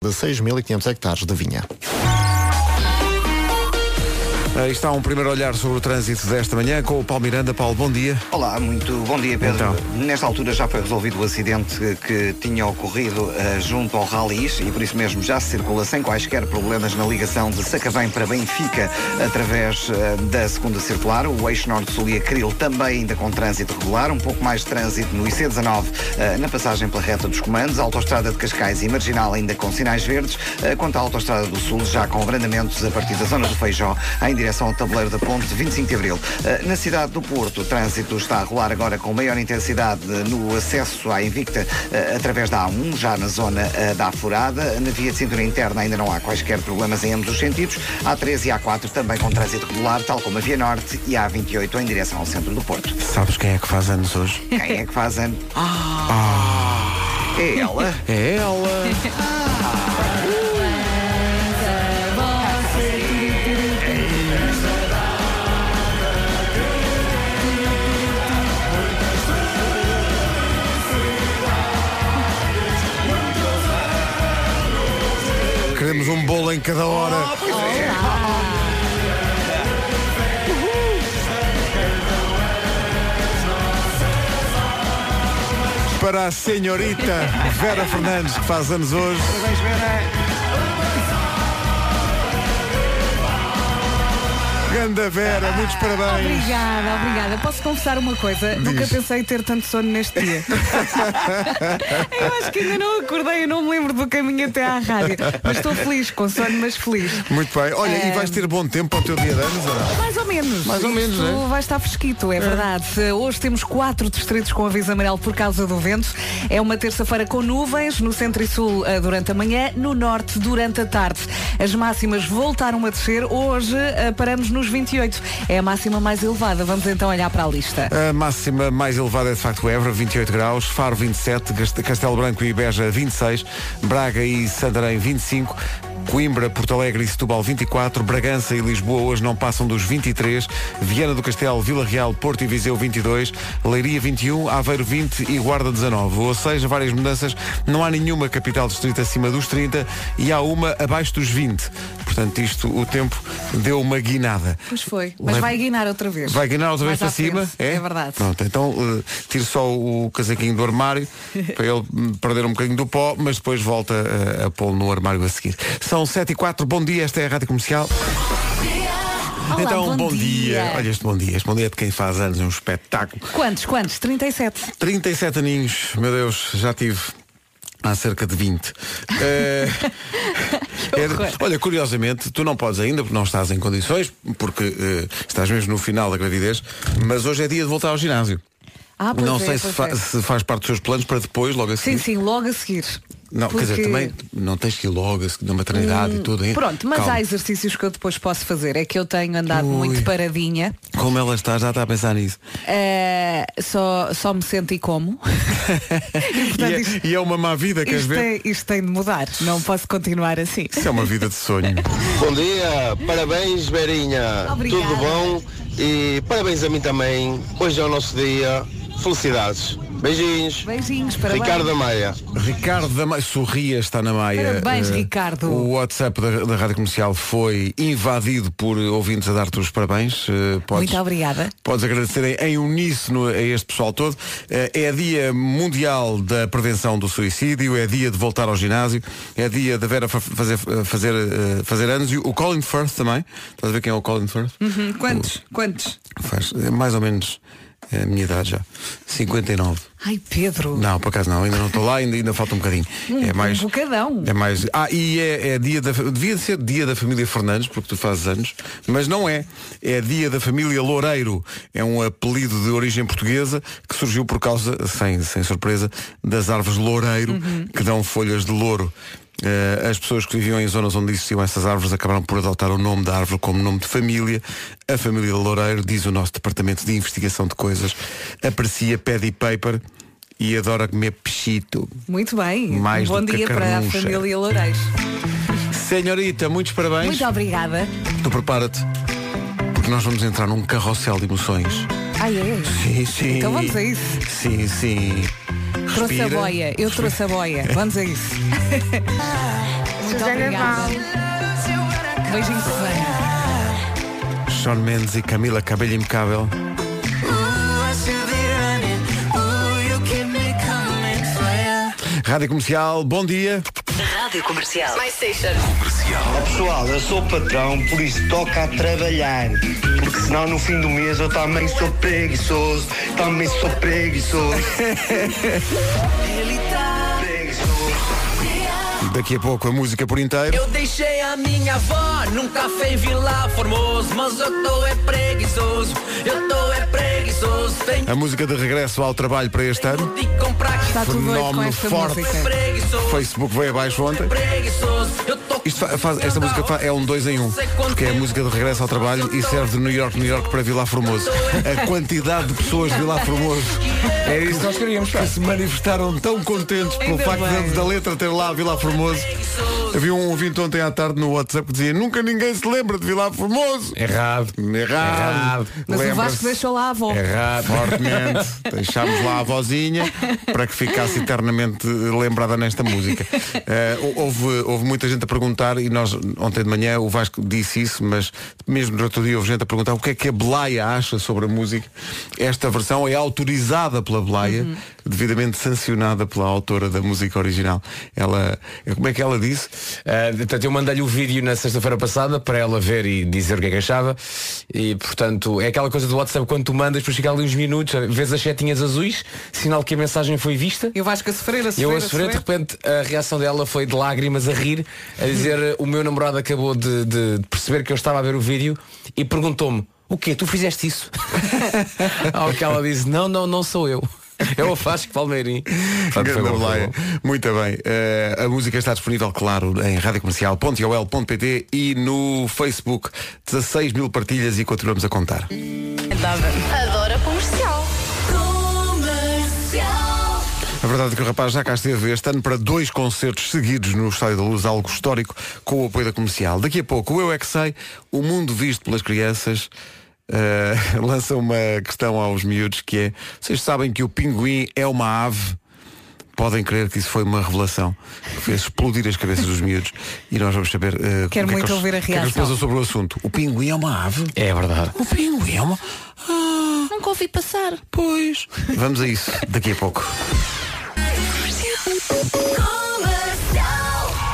de 6.500 hectares de vinha. Aí está um primeiro olhar sobre o trânsito desta manhã com o Paulo Miranda. Paulo, bom dia. Olá, muito bom dia, Pedro. Então. Nesta altura já foi resolvido o acidente que tinha ocorrido eh, junto ao Ralis e por isso mesmo já se circula sem quaisquer problemas na ligação de Sacavém para Benfica através eh, da segunda circular. O eixo norte-sul e Acril também ainda com trânsito regular, um pouco mais de trânsito no IC19 eh, na passagem pela reta dos comandos, a autoestrada de Cascais e Marginal ainda com sinais verdes, eh, quanto à autoestrada do Sul já com abrandamentos a partir da zona do Feijó em direção ao tabuleiro da ponte 25 de Abril. Eh, Na cidade do Porto, o trânsito está a rolar agora com maior intensidade eh, no acesso à Invicta eh, através da A1, já na zona eh, da Afurada. Na via de cintura interna ainda não há quaisquer problemas em ambos os sentidos. A3 e A4 também com trânsito regular, tal como a Via Norte e a A28 em direção ao centro do Porto. Sabes quem é que faz anos hoje? Ah. Quem é que faz ano? É ela. É ela. Queremos um bolo em cada hora. Para a senhorita Vera Fernandes, que faz anos hoje. Parabéns, Vera. Ganda Vera, muitos parabéns. Obrigada, obrigada. Posso confessar uma coisa? Nunca pensei ter tanto sono neste dia. eu acho que ainda não acordei, eu não me lembro do caminho até à rádio. Mas estou feliz, com sono, mas feliz. Muito bem. Olha, e vais ter bom tempo ao teu dia de anos? ou não? Mais ou menos. Mais ou menos, Isto né? vai estar fresquito, é, verdade. Hoje temos quatro distritos com aviso amarelo por causa do vento. É uma terça-feira com nuvens, no centro e sul eh, durante a manhã, no norte durante a tarde. As máximas voltaram a descer. Hoje eh, paramos nos 28. É a máxima mais elevada. Vamos então olhar para a lista. A máxima mais elevada é de facto Évora, 28 graus, Faro 27, Gast- Castelo Branco e Beja 26, Braga e Santarém 25, Coimbra, Porto Alegre e Setúbal 24, Bragança e Lisboa hoje não passam dos 23, Viana do Castelo, Vila Real, Porto e Viseu 22, Leiria 21, Aveiro 20 e Guarda 19. Ou seja, várias mudanças, não há nenhuma capital distrito acima dos 30 e há uma abaixo dos 20. Portanto, isto, o tempo deu uma guinada. Pois foi. Mas Leva- vai guinar outra vez. Vai ganhar outra vez Mais para à cima? frente. É verdade. Pronto, então eh, tire só o casaquinho do armário para ele hum, perder um bocadinho do pó, mas depois volta eh, a pô-lo no armário a seguir. São 7 e 4, bom dia, esta é a Rádio Comercial. Olá, então, bom dia. Olha este bom dia, este bom dia é de quem faz anos, é um espetáculo. Quantos? Quantos? 37. 37 aninhos, meu Deus, já tive. Há cerca de 20. Eh, Que era- horror. olha, curiosamente, tu não podes ainda, porque não estás em condições, porque eh, estás mesmo no final da gravidez, mas hoje é dia de voltar ao ginásio. Ah, pois não é, sei se, pois fa- é. se faz parte dos seus planos para depois, logo assim. Sim, sim, logo a seguir. Não, quer dizer, Porque- Hum, também não tens que ir logo a seguir na maternidade e tudo. hein? Pronto, mas Calma. há exercícios que eu depois posso fazer. É que eu tenho andado Ui. muito paradinha, Como ela está, já está a pensar nisso. eh, só, só me sento e como. e E portanto, é, isto, e é uma má vida, queres isto é ver? tem, isto tem de mudar. Não posso continuar assim. Isso é uma vida de sonho. Bom dia, parabéns Berinha, Obrigada. tudo bom e parabéns a mim também. Hoje é o nosso dia, felicidades, beijinhos. Beijinhos, parabéns. Ricardo Maia. Ricardo da Maia, sorria, está na Maia. Parabéns, Eh, Ricardo. O WhatsApp da, da Rádio Comercial foi invadido por ouvintes a dar-te os parabéns. Eh, podes- Muito obrigada. Podes agradecer em uníssono a este pessoal todo. Eh, É dia mundial da prevenção do suicídio, é dia de voltar ao ginásio, é dia da Vera fa- fazer, fazer, eh, fazer anos. E o Colin Firth também. Estás a ver quem é o Colin Firth? Uhum, Quantos? Quantos? Faz eh, mais ou menos eh, a minha idade já. 59. Ai, Pedro. Não, por acaso não, ainda não estou lá, ainda, ainda falta um bocadinho. um bocadão. É mais. Ah, e é, é dia da. Devia ser dia da família Fernandes, porque tu fazes anos, mas não é. É dia da família Loureiro. É um apelido de origem portuguesa que surgiu por causa, sem, sem surpresa, das árvores Loureiro, que dão folhas de louro. Eh, as pessoas que viviam em zonas onde existiam essas árvores acabaram por adotar o nome da árvore como nome de família. A família Loureiro, diz o nosso departamento de investigação de coisas, aprecia pad e paper e adora comer pechito. Muito bem. Um Mais Bom do que dia para a carnucha. família Loureis. Senhorita, muitos parabéns. Muito obrigada. Tu prepara-te, porque nós vamos entrar num carrossel de emoções. Ai, ai, ai. Sim, sim. Então vamos a isso. Sim, sim. Trouxe a Respira. boia, eu trouxe a boia. Vamos a isso. Susana Val. Beijinho, Susana. Sean Mendes e Camila Cabelho Impecável. Rádio Comercial, bom dia. Rádio Comercial. Pessoal, eu sou patrão, por isso toca a trabalhar. Porque senão no fim do mês eu também sou preguiçoso. Também sou preguiçoso. preguiçoso. Daqui a pouco a música por inteiro. Eu deixei a minha avó num café em Vila Formoso, mas eu tô é preguiçoso, eu tô é preguiçoso, tenho A música de regresso ao trabalho para este ano. de comprar que Está tudo doido com Fenómeno esta forte. música. preguiçoso, Facebook veio abaixo ontem. preguiçoso, eu tô Isto fa- faz- esta música fa- é um dois em um, porque é a música de regresso ao trabalho e serve de New York, New York para Vila Formoso. A quantidade de pessoas de Vila Formoso é isso que nós queríamos que se manifestaram tão contentes pelo Ainda facto bem. de, da letra ter lá Vila Formoso. Havia um ouvinte ontem à tarde no WhatsApp que dizia nunca ninguém se lembra de Vila Formoso. Errado. Errado. Mas o Vasco Lembra-se deixou lá a avó. Errado. fortemente. Deixámos lá a vozinha para que ficasse eternamente lembrada nesta música. Eh, hou- houve, houve muita gente a perguntar, e nós ontem de manhã o Vasco disse isso, mas mesmo durante o dia houve gente a perguntar o que é que a Blaia acha sobre a música. Esta versão é autorizada pela Blaia, devidamente sancionada pela autora da música original. Ela, como é que ela disse? Ah, portanto, eu mandei-lhe o vídeo na sexta-feira passada para ela ver e dizer o que é que achava. E, portanto, é aquela coisa do WhatsApp quando tu mandas, depois fica ali uns minutos, eh, vês as setinhas azuis, sinal que a mensagem foi vista. E o Vasco a sofrer, a E sofrer, eu a sofrer, de repente, a reação dela foi de lágrimas a rir, a dizer o meu namorado acabou de, de- de perceber que eu estava a ver o vídeo e perguntou-me, o quê? Tu fizeste isso? Ao que ela disse, não, não, não sou eu. É o Vasco Palmeirim. Portanto, foi Grande bom, foi Blaia. bom. Muito bem. Eh, a música está disponível, claro, em radiocomercial.ol.pt e no Facebook. 16 mil partilhas e continuamos a contar. Adora comercial. A verdade é que o rapaz já cá esteve este ano para dois concertos seguidos no Estádio da Luz, algo histórico, com o apoio da comercial. Daqui a pouco, o Eu É Que Sei, o mundo visto pelas crianças, eh, lança uma questão aos miúdos que é, vocês sabem que o pinguim é uma ave? Podem crer que isso foi uma revelação que fez explodir as cabeças dos miúdos e nós vamos saber eh, o que é que muito eles- ouvir a o que é que eles reação. pensam sobre o assunto. O pinguim é uma ave? É verdade. O pinguim é uma... Ah, Nunca ouvi passar. pois. Vamos a isso daqui a pouco.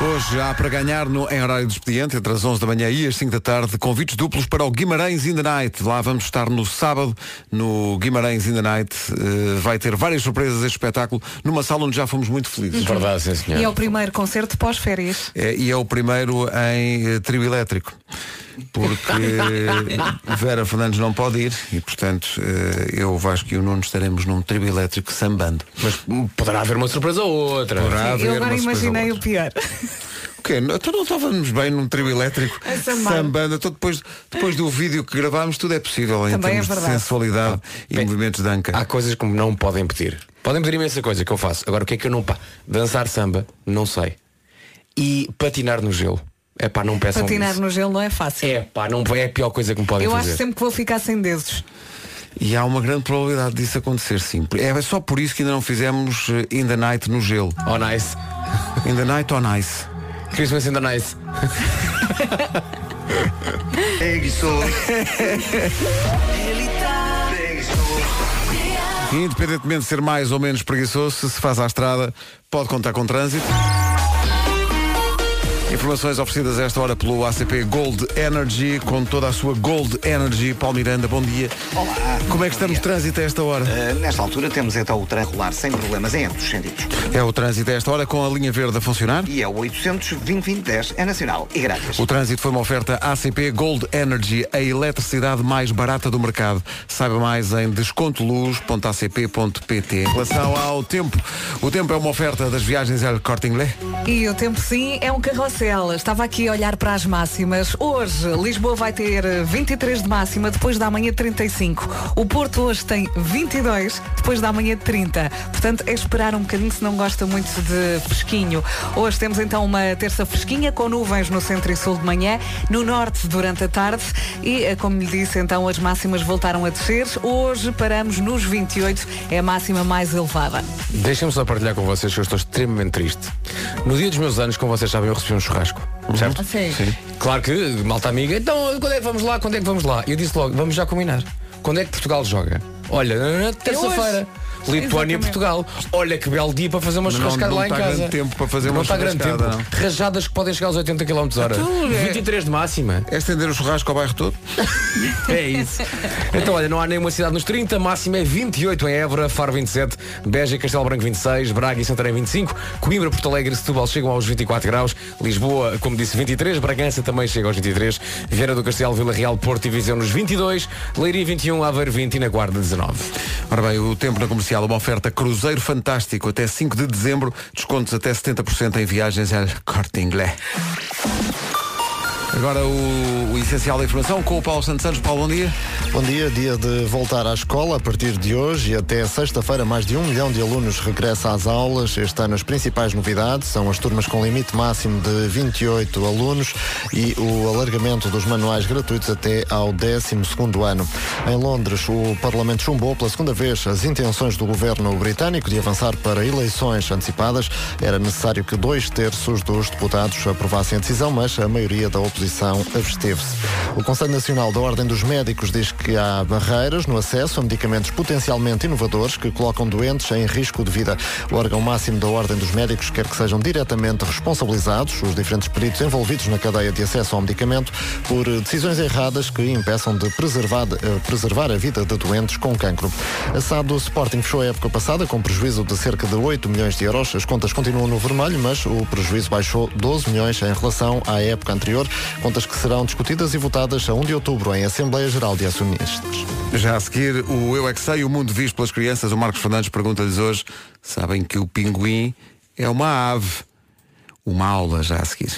Hoje há para ganhar no, em horário de expediente, entre as 11 da manhã e as 5 da tarde, convites duplos para o Guimarães in the Night. Lá vamos estar no sábado, no Guimarães in the Night. Eh, vai ter várias surpresas este espetáculo, numa sala onde já fomos muito felizes. Verdade, sim, senhor. E é o primeiro concerto pós-férias. Eh, e é o primeiro em eh, trio elétrico. Porque Vera Fernandes não pode ir e, portanto, eh, eu, Vasco e o Nuno estaremos num trio elétrico sambando. Mas hum, poderá haver uma surpresa ou outra. Poderá haver eu uma agora surpresa imaginei ou o pior. O quê? Então não estávamos bem num trio elétrico A sambar. sambando. Então depois, depois do vídeo que gravámos tudo é possível em Também é termos de verdade. sensualidade e bem, movimentos de anca. Há coisas que não podem pedir. Podem pedir imensa coisa que eu faço. Agora o que é que eu não pá? Dançar samba, não sei. E patinar no gelo. É pá, não peçam Patinar isso. no gelo não é fácil. É pá, não é a pior coisa que me podem Eu fazer. acho sempre que vou ficar sem dedos. E há uma grande probabilidade disso acontecer, sim. É só por isso que ainda não fizemos eh, In the Night no gelo. Oh nice. In the Night on Ice. Christmas in the nice. Preguiçoso. Preguiçoso. Independentemente de ser mais ou menos preguiçoso, se se faz à estrada, pode contar com trânsito. Informações oferecidas a esta hora pelo ACP Gold Energy, com toda a sua Gold Energy. Paulo Miranda, bom dia. Olá. Como é que estamos de trânsito a esta hora? Eh, nesta altura temos então o trem rolar sem problemas em ambos os sentidos. É o trânsito a esta hora com a linha verde a funcionar. E é o 800 é nacional e grátis. O trânsito foi uma oferta ACP Gold Energy, a eletricidade mais barata do mercado. Saiba mais em descontoluz.acp.pt. Em relação ao tempo, o tempo é uma oferta das viagens El Corte Inglês. E o tempo sim é um carrossel. Estava aqui a olhar para as máximas. Hoje, Lisboa vai ter eh, 23 de máxima, depois da manhã 35. O Porto hoje tem 22, depois da manhã 30. Portanto, é esperar um bocadinho se não gosta muito de fresquinho. Hoje temos então uma terça fresquinha com nuvens no centro e sul de manhã, no norte durante a tarde e, eh, como lhe disse, então as máximas voltaram a descer. Hoje paramos nos 28, é a máxima mais elevada. Deixem-me só partilhar com vocês que eu estou extremamente triste. No dia dos meus anos, como vocês sabem, eu recebi um churrasco. Vasco. Certo? Uhum. Ah, Sim. Claro que, malta amiga, então quando é que vamos lá? Quando é que vamos lá? Eu disse logo, vamos já combinar. Quando é que Portugal joga? Olha, na- na terça-feira. hoje. Lituânia e Exatamente. Portugal. Olha que belo dia para fazer uma Não, churrascada não lá em está casa. grande tempo para fazer não uma está grande tempo. churrascada, Rajadas que podem chegar aos 80 km hora. Então, é- 23 de máxima. É estender o churrasco ao bairro todo? É isso. Então, olha, não há nenhuma cidade nos 30, máxima é 28 em Évora, Faro 27, Beja e Castelo Branco 26, Braga e Santarém 25, Coimbra, Porto Alegre e Setúbal chegam aos 24 graus, Lisboa, como disse, 23, Bragança também chega aos 23, Vieira do Castelo, Vila Real, Porto e Viseu nos 22, Leiria 21, Aveiro 20 e na Guarda 19. Ora bem, o tempo na comercial, uma oferta Cruzeiro Fantástico até 5 de dezembro, descontos até 70% em viagens à Corte Inglés. Agora o, o essencial da informação com o Paulo Santos Santos. Paulo, bom dia. Bom dia, dia de voltar à escola a partir de hoje e até sexta-feira mais de um milhão de alunos regressa às aulas. Este ano as principais novidades são as turmas com limite máximo de 28 alunos e o alargamento dos manuais gratuitos até ao 12º ano. Em Londres, o Parlamento chumbou pela segunda vez as intenções do governo britânico de avançar para eleições antecipadas. Era necessário que dois terços dos deputados aprovassem a decisão, mas a maioria da oposição absteve-se. O Conselho Nacional da Ordem dos Médicos diz que há barreiras no acesso a medicamentos potencialmente inovadores que colocam doentes em risco de vida. O órgão máximo da Ordem dos Médicos quer que sejam diretamente responsabilizados os diferentes peritos envolvidos na cadeia de acesso ao medicamento por decisões erradas que impeçam de preservar, eh, preservar a vida de doentes com cancro. A SAD do Sporting fechou a época passada com prejuízo de cerca de 8 milhões de euros. As contas continuam no vermelho, mas o prejuízo baixou 12 milhões em relação à época anterior, contas que serão discutidas e votadas a 1 de outubro em Assembleia Geral de Acionistas. Já a seguir, o Eu É Que Sei, o mundo visto pelas crianças. O Marcos Fernandes pergunta-lhes hoje, sabem que o pinguim é uma ave. Uma aula já a seguir.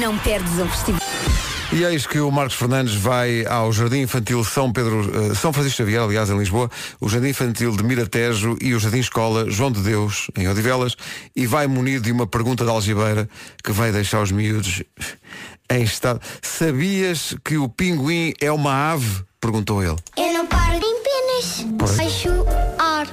Não perdes um festival. E eis que o Marcos Fernandes vai ao Jardim Infantil São Pedro, eh, São Francisco Xavier, aliás, em Lisboa, o Jardim Infantil de Miratejo e o Jardim Escola João de Deus, em Odivelas, e vai munido de uma pergunta de algibeira que vai deixar os miúdos em estado. Sabias que o pinguim é uma ave? Perguntou ele. Eu não paro em penas. Fecho ar.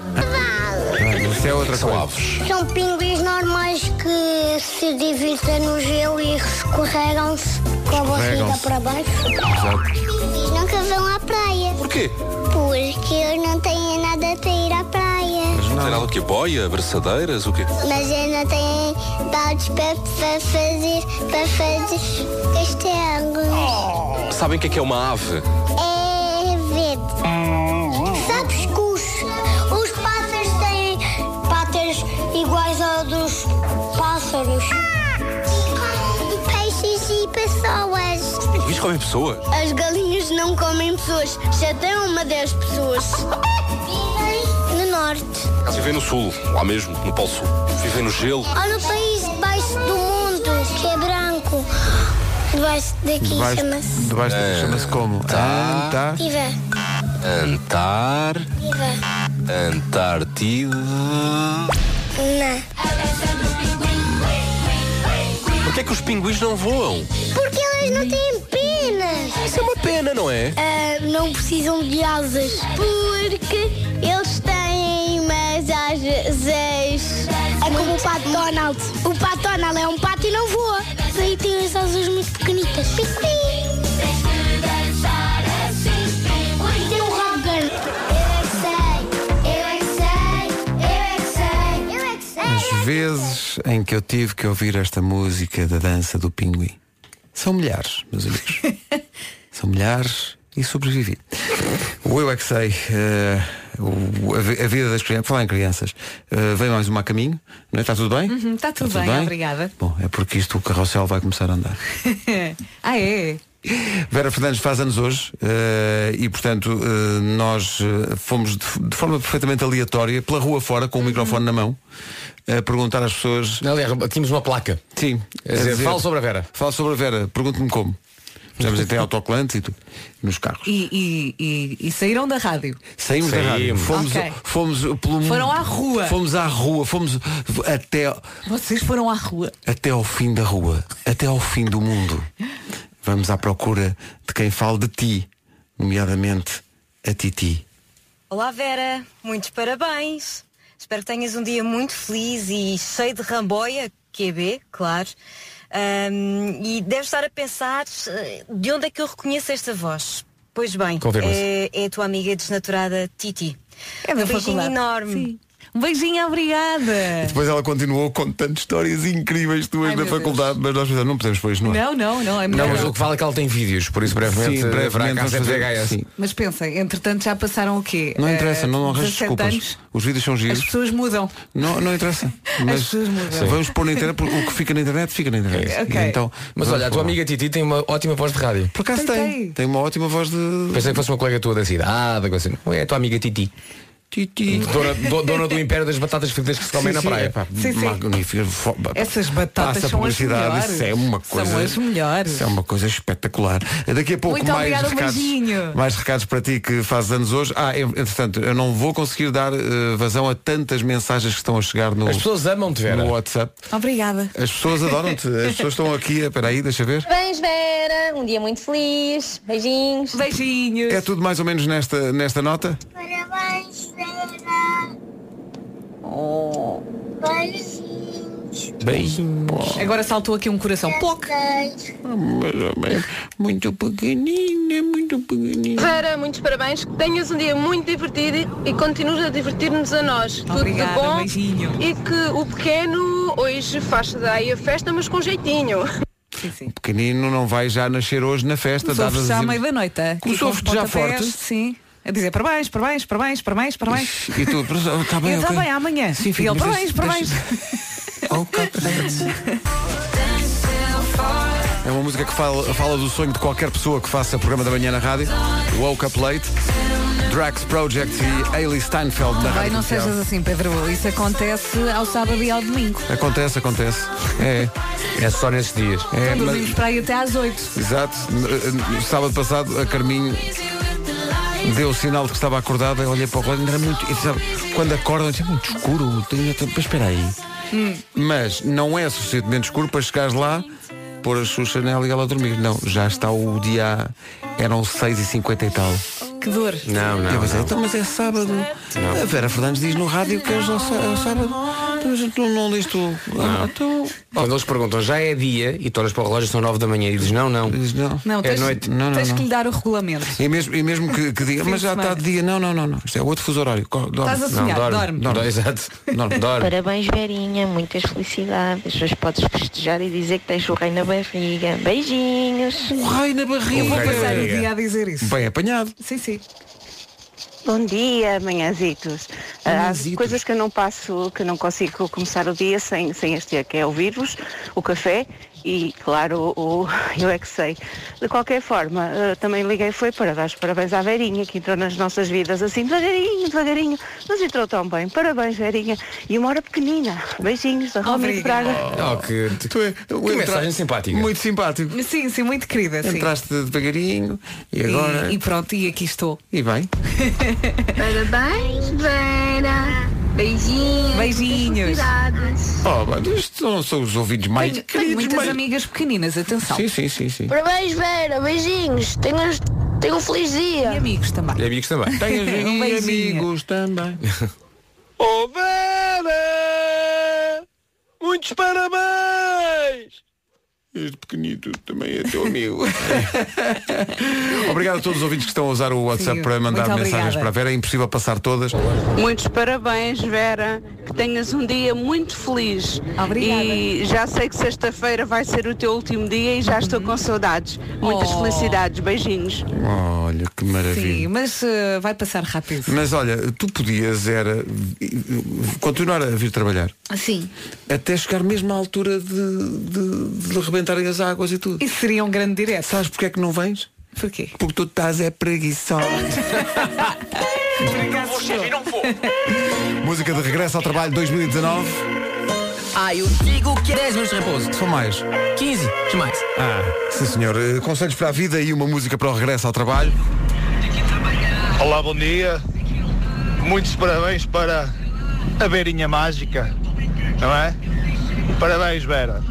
Isso é outra coisa. São pinguins normais que se dividem no gelo e escorregam-se com a barriga Escorregam-se. para baixo. Pinguins nunca vão à praia. Porquê? Porque eu não tenho nada a ir à praia. Não. Terá o quê? Boia? Abraçadeiras? O quê? Mas eu não tenho dados para, para fazer, para fazer castelos. Sabem o que é que é uma ave? É verde. Sabes que os, os pássaros têm patas iguais ao dos pássaros? E peixes e pessoas. Os pinguins comem pessoa? As galinhas não comem pessoas, já tem uma 10 pessoas. Vivem no norte. Elas vivem no sul, lá mesmo, no Polo Sul. Vivem no gelo. Ou no país debaixo do mundo, que é branco. Debaixo daqui Debaixo- chama-se. Debaixo daqui chama-se como? Ah, tá. Viva, Antar... viva. Antártida... Não. Porquê é que os pinguins não voam? Porque elas não têm penas. Isso é uma pena, não é? Ah, não precisam de asas. Porque eles têm umas asas. É como o pato Donald. O pato Donald é um pato e não voa. Daí tem as asas muito pequenitas. Piquim. Tem um rabo grande. Eu é que sei, eu é que sei, eu é que sei, eu é que sei. As vezes em que eu tive que ouvir esta música da dança do pinguim são milhares, meus amigos. são milhares e sobrevivi. O Eu É Que Sei, eh, o- a, vi- a vida das crianças, falar em crianças, eh, vem mais uma a caminho, não é? Está tudo bem? Uhum, está tudo bem, obrigada. Bom, é porque isto o carrossel vai começar a andar. ah, é? Vera Fernandes faz anos hoje eh, e, portanto, eh, nós eh, fomos de, de forma perfeitamente aleatória, pela rua fora, com o microfone na mão, a perguntar às pessoas Aliás, tínhamos uma placa. Sim. Quer dizer, fala sobre a Vera. Fala sobre a Vera. Pergunte-me como. Fizemos até autocolantes e tudo. Nos carros. E, e- e- e saíram da rádio. Saímos da rádio. Saímos. Fomos, Ok. fomos pelo mundo. Foram à rua. Fomos à rua. Fomos até, Vocês foram à rua. até ao fim da rua. Até ao fim do mundo. Vamos à procura de quem fale de ti. Nomeadamente a Titi. Olá Vera, muitos parabéns. Espero que tenhas um dia muito feliz e cheio de ramboia, QB, claro. Ahm, e deve estar a pensar eh, de onde é que eu reconheço esta voz. Pois bem, Confirma-se. é, é a tua amiga desnaturada Titi. É da um beijinho faculdade. enorme. Um beijinho, obrigada. Depois ela continuou contando histórias incríveis tuas Ai, da meu Deus. faculdade, mas nós pensamos, não podemos pôr isto no ar. Não, não, não, é melhor. Não, mas o que vale é que ela tem vídeos, por isso brevemente, Sim, brevemente haverá cá vamos sempre fazer- VHS. sim. Mas pensem, entretanto já passaram o quê? Não interessa, Eh, não arranjes 17 desculpas. anos, Os vídeos são as giros. pessoas mudam. Não, não interessa. As pessoas mudam. Sim. vamos pôr na internet, porque o que fica na internet fica na internet. É. Ok. Então, Mas vamos olha, a tua pôr lá. amiga Titi tem uma ótima voz de rádio. Por acaso tem. Tem, uma ótima voz de. Pensei que fosse uma colega tua da cidade, algo assim. Não, É a tua amiga Titi. Titi. Dona, do, dona do império das batatas fritas que se comem Sim, na sim, praia. epá, Sim, sim. magnífico. Fo- Essas batatas Passa são as publicidade, melhores. isso é uma coisa. São as melhores. Isso é uma coisa espetacular. Daqui a pouco Muito mais obrigada, um recados. beijinho. Mais recados para ti que fazes anos hoje. Ah, eu- entretanto, eu não vou conseguir dar eh, vazão a tantas mensagens que estão a chegar no, As pessoas amam-te, Vera. no WhatsApp. Obrigada. As pessoas adoram-te. As pessoas estão aqui. Espera aí, deixa ver. Parabéns, Vera. Um dia muito feliz. Beijinhos. Beijinhos. É tudo mais ou menos nesta, nesta nota? Parabéns, Vera. Beijinhos. Beijinhos. Agora saltou aqui um coração. Ploc. Muito pequenina, muito pequenina. Vera, muitos parabéns, que tenhas um dia muito divertido e continues a divertir-nos a nós. Obrigada, Tudo de bom beijinho. e que o pequeno hoje faça daí a festa, mas com jeitinho. Pequenino não vai já nascer hoje na festa. Começou a dava festejar à dizer- meia da noite. eh? Começou Aqui a com festejar os pontapés, forte? Sim. A dizer parabéns, parabéns, parabéns, parabéns, parabéns. E tu, está Tá bem, Eu está ok. bem amanhã. Sim, e filho, ele, mas parabéns, deixa- parabéns. É uma música que fala, fala do sonho de qualquer pessoa que faça programa da manhã na rádio. Woke Up Late. Drax Project e Ailey Steinfeld na Vai, rádio. não Comercial. sejas assim, Pedro. Isso acontece ao sábado e ao domingo. Acontece, acontece. É. É só nesses dias. É, Então mas, dormimos para aí até às oito. Exato. N- n- Sábado passado, a Carminho deu o sinal de que estava acordada, eu olhei para o relógio, era muito. e sabe, quando acordam, é muito escuro. Tenho, então, mas espera aí. Hum. Mas não é suficientemente escuro para chegares lá, pôr a Xuxa nela e ela dormir. Não, já está o dia. Eram 6h50 e tal. Que dor. Não, não. Então, mas é sábado. Não. A Vera Fernandes diz no rádio que hoje é sá- é sábado. Mas tu não lês tu. Ah, tu- Quando eles perguntam, já é dia, e tu olhas para o relógio, são 9 da manhã, e dizes, não, não. não. Não, é tens, noite. tens que lhe dar o regulamento. E mesmo, e mesmo que, que diga, Fim mas de já está semana. de dia. Não, não, não, não. Isto é outro fuso horário. Co- Dorme. Estás a sonhar, não, dorme. Exato. Dorme. Parabéns, Verinha, muitas felicidades. Hoje podes festejar e dizer que tens o rei na barriga. Beijinhos. O rei na barriga. Eu vou O rei na passar o barriga. dia a dizer isso. Bem apanhado. Sim, sim. Bom dia, manhãzitos. Ah, Há Manhãzitos. coisas que eu não passo, que eu não consigo começar o dia sem, sem este, que é ouvir-vos, o café e, claro, o, o- eu é que sei. De qualquer forma, ah, também liguei foi para dar os parabéns à Verinha, que entrou nas nossas vidas assim, devagarinho, devagarinho, mas entrou tão bem. Parabéns, Verinha. E uma hora pequenina. Beijinhos da Roma de Braga. Oh, que, que mensagem simpática. é, Muito simpático. Sim, sim, muito querida. sim. Entraste devagarinho e E- agora. e pronto, e aqui estou. E bem. Parabéns, Vera. Beijinhos. Beijinhos. Oh, mas isto não são os ouvidos mais Tenho, tenho queridos, muitas mas- amigas pequeninas, atenção. Sim, sim, sim, sim. Parabéns, Vera. Beijinhos. Tenhas, tenha um feliz dia. E amigos também. E amigos também. Tenhas Um e beijinho. amigos também. Oh Vera! Muitos parabéns! Este pequenito também é teu amigo. Obrigado a todos os ouvintes que estão a usar o WhatsApp Sim, para mandar muito mensagens obrigada. para a Vera. É impossível passar todas. Muitos parabéns, Vera. Que tenhas um dia muito feliz. Obrigada. E já sei que sexta-feira vai ser o teu último dia e já estou com saudades. Muitas Oh. felicidades. Beijinhos. Olha, que maravilha. Sim, mas eh, vai passar rápido. Mas olha, tu podias era eh, continuar a vir trabalhar Sim. até chegar mesmo à altura de, de, de arrebentarem as águas e tudo. Isso seria um grande direto. Sabes porque é que não vens? Porquê? Porque tu estás é preguiçosa. Música de regresso ao trabalho 2019. Ah, eu digo que 10 minutos de repouso. São mais. 15, jamais. Ah, sim senhor. Eh, Conselhos para a vida e uma música para o regresso ao trabalho. Olá, bom dia. Muitos parabéns para a Beirinha Mágica, não é? Parabéns, Vera.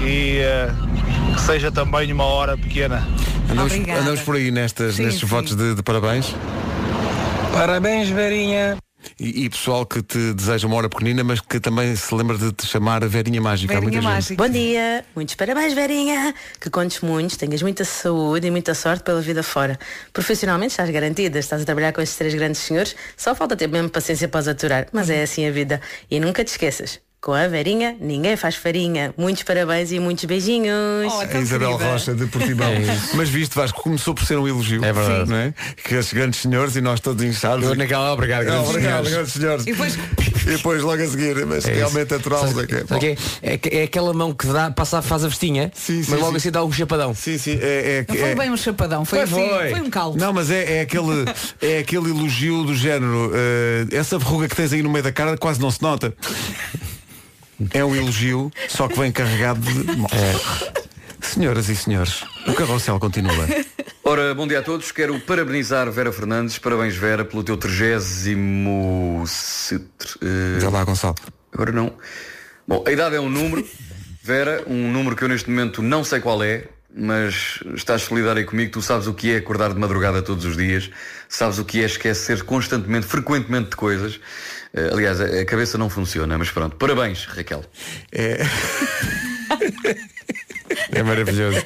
E eh, que seja também uma hora pequena. Andamos, andamos por aí nestas, Sim, nestes sim. votos de, de parabéns. Parabéns, Verinha. E, e pessoal que te deseja uma hora pequenina, mas que também se lembra de te chamar a Verinha Mágica. Há muita gente. Bom dia, muitos parabéns, Verinha. Que contes muitos, tenhas muita saúde e muita sorte pela vida fora. Profissionalmente estás garantida, estás a trabalhar com estes três grandes senhores, só falta ter mesmo paciência para os aturar, mas é assim a vida. E nunca te esqueças, com a Verinha ninguém faz farinha. Muitos parabéns e muitos beijinhos. a É Isabel Rocha de Portimão. É isso. Mas viste, Vasco, começou por ser um elogio. É verdade. Não é? Que esses grandes senhores e nós todos inchados. É, Eu naquela, obrigado, grandes obrigado, senhores. grandes senhores. E depois- E depois logo a seguir, mas isso. realmente aturámos Sabe- é que é. sabe que é, é que- é aquela mão que dá, passa, faz a vestinha, sim, mas logo sim. assim dá um chapadão. Sim, sim. É, Não foi bem um chapadão, foi, assim, foi. um caldo. Não, mas é, é aquele, é aquele elogio do género. eh, essa verruga que tens aí no meio da cara quase não se nota. É um elogio, só que vem carregado de. Senhoras e senhores, o carrossel continua. Ora, bom dia a todos. Quero parabenizar Vera Fernandes. Parabéns, Vera, pelo teu 30º... Já lá, Gonçalo. eh, Agora não. Bom, a idade é um número, Vera, um número que eu neste momento não sei qual é, mas estás solidária comigo. Tu sabes o que é acordar de madrugada todos os dias, sabes o que é esquecer constantemente, frequentemente de coisas. Eh, aliás, a a cabeça não funciona, mas pronto. Parabéns, Raquel. É... É maravilhoso.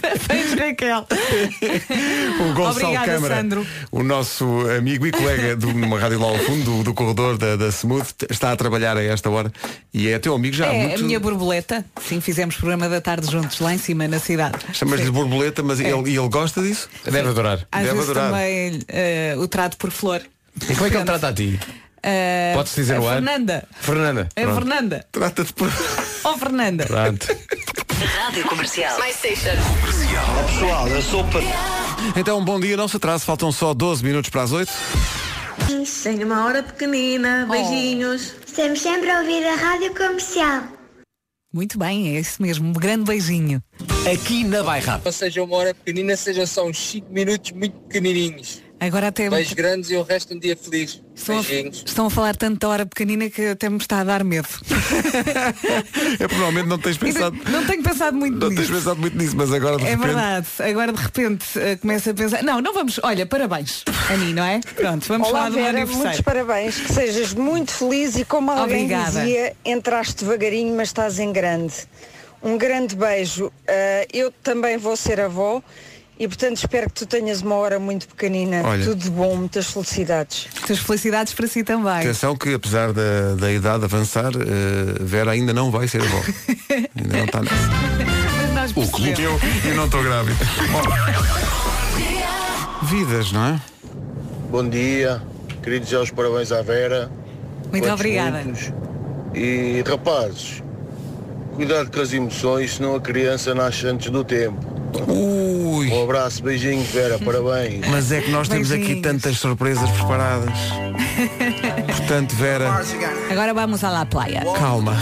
Parabéns, é Raquel. O Gonçalo Obrigada, Câmara, Sandro. o nosso amigo e colega de uma rádio lá ao fundo, do, do corredor da, da Smooth, está a trabalhar a esta hora e é teu amigo já. há é muito... a minha borboleta. Sim, fizemos programa da tarde juntos, lá em cima, na cidade. Chamas-lhe Sim. borboleta, mas É. ele, e ele gosta disso? Deve adorar. Às Deve vezes adorar. também eh, o trato por flor. E como é que ele trata a ti? Eh, Podes dizer a o ar? Fernanda. Fernanda. É Pronto. Fernanda. Trata-te por. Oh, Fernanda. Pronto. Rádio Comercial. Mais station. pessoal, eu sou Então, bom dia, não se atrase, faltam só 12 minutos para as 8. Tenho uma hora pequenina. Beijinhos. Estamos sempre a ouvir a rádio comercial. Muito bem, é isso mesmo. Um grande beijinho. Aqui na Bairra. Ou seja uma hora pequenina, seja só uns 5 minutos muito pequenininhos. Agora até Beijos grandes e o resto um dia feliz. Beijinhos. estão a falar tanto da hora pequenina que até me está a dar medo. É provavelmente não tens pensado. Não tenho pensado muito Não tens nisso. pensado muito nisso, mas agora de É repente. verdade. Agora de repente eh, começo a pensar. Não, não vamos. Olha, parabéns a mim, não é? Pronto, vamos Olá, falar do Vera, aniversário. muitos parabéns, que sejas muito feliz e como alguém Obrigada. dizia, entraste devagarinho, mas estás em grande. Um grande beijo. Ah, eu também vou ser avó e portanto espero que tu tenhas uma hora muito pequenina. Olha. Tudo de bom, muitas felicidades. Muitas felicidades para si também. Atenção que apesar da, da idade avançar, eh, Vera ainda não vai ser avó. ainda não está nessa. Nós O clube eu, eu não estou grávido. Bom, vidas, não é? Bom dia, queria dizer os parabéns à Vera. Muito Quantos obrigada. muitos. E rapazes, cuidado com as emoções, senão a criança nasce antes do tempo. Um abraço, beijinho, Vera, parabéns. Mas é que nós temos aqui tantas surpresas preparadas. Portanto, Vera, Agora vamos à la playa. calma.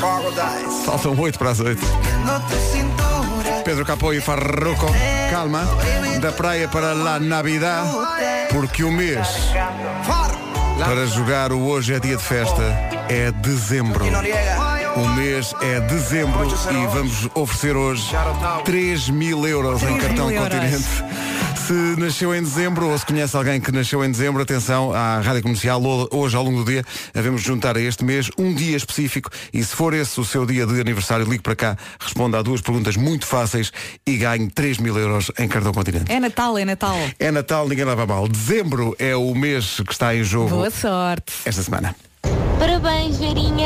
Faltam 8 para as 8. Pedro Capó e Farroco, calma. Da praia para lá Navidad, porque o mês para jogar o Hoje é Dia de Festa é dezembro. O mês é dezembro e vamos oferecer hoje 3 mil euros em 3.000 cartão euros. continente. Se nasceu em dezembro ou se conhece alguém que nasceu em dezembro, atenção à Rádio Comercial. Ho- Hoje, ao longo do dia, devemos juntar a este mês um dia específico e se for esse o seu dia de aniversário, ligue para cá, responda a duas perguntas muito fáceis e ganhe 3 mil euros em cartão continente. É Natal, é Natal. É Natal, ninguém leva a mal. Dezembro é o mês que está em jogo Boa sorte. esta semana. Parabéns, Verinha.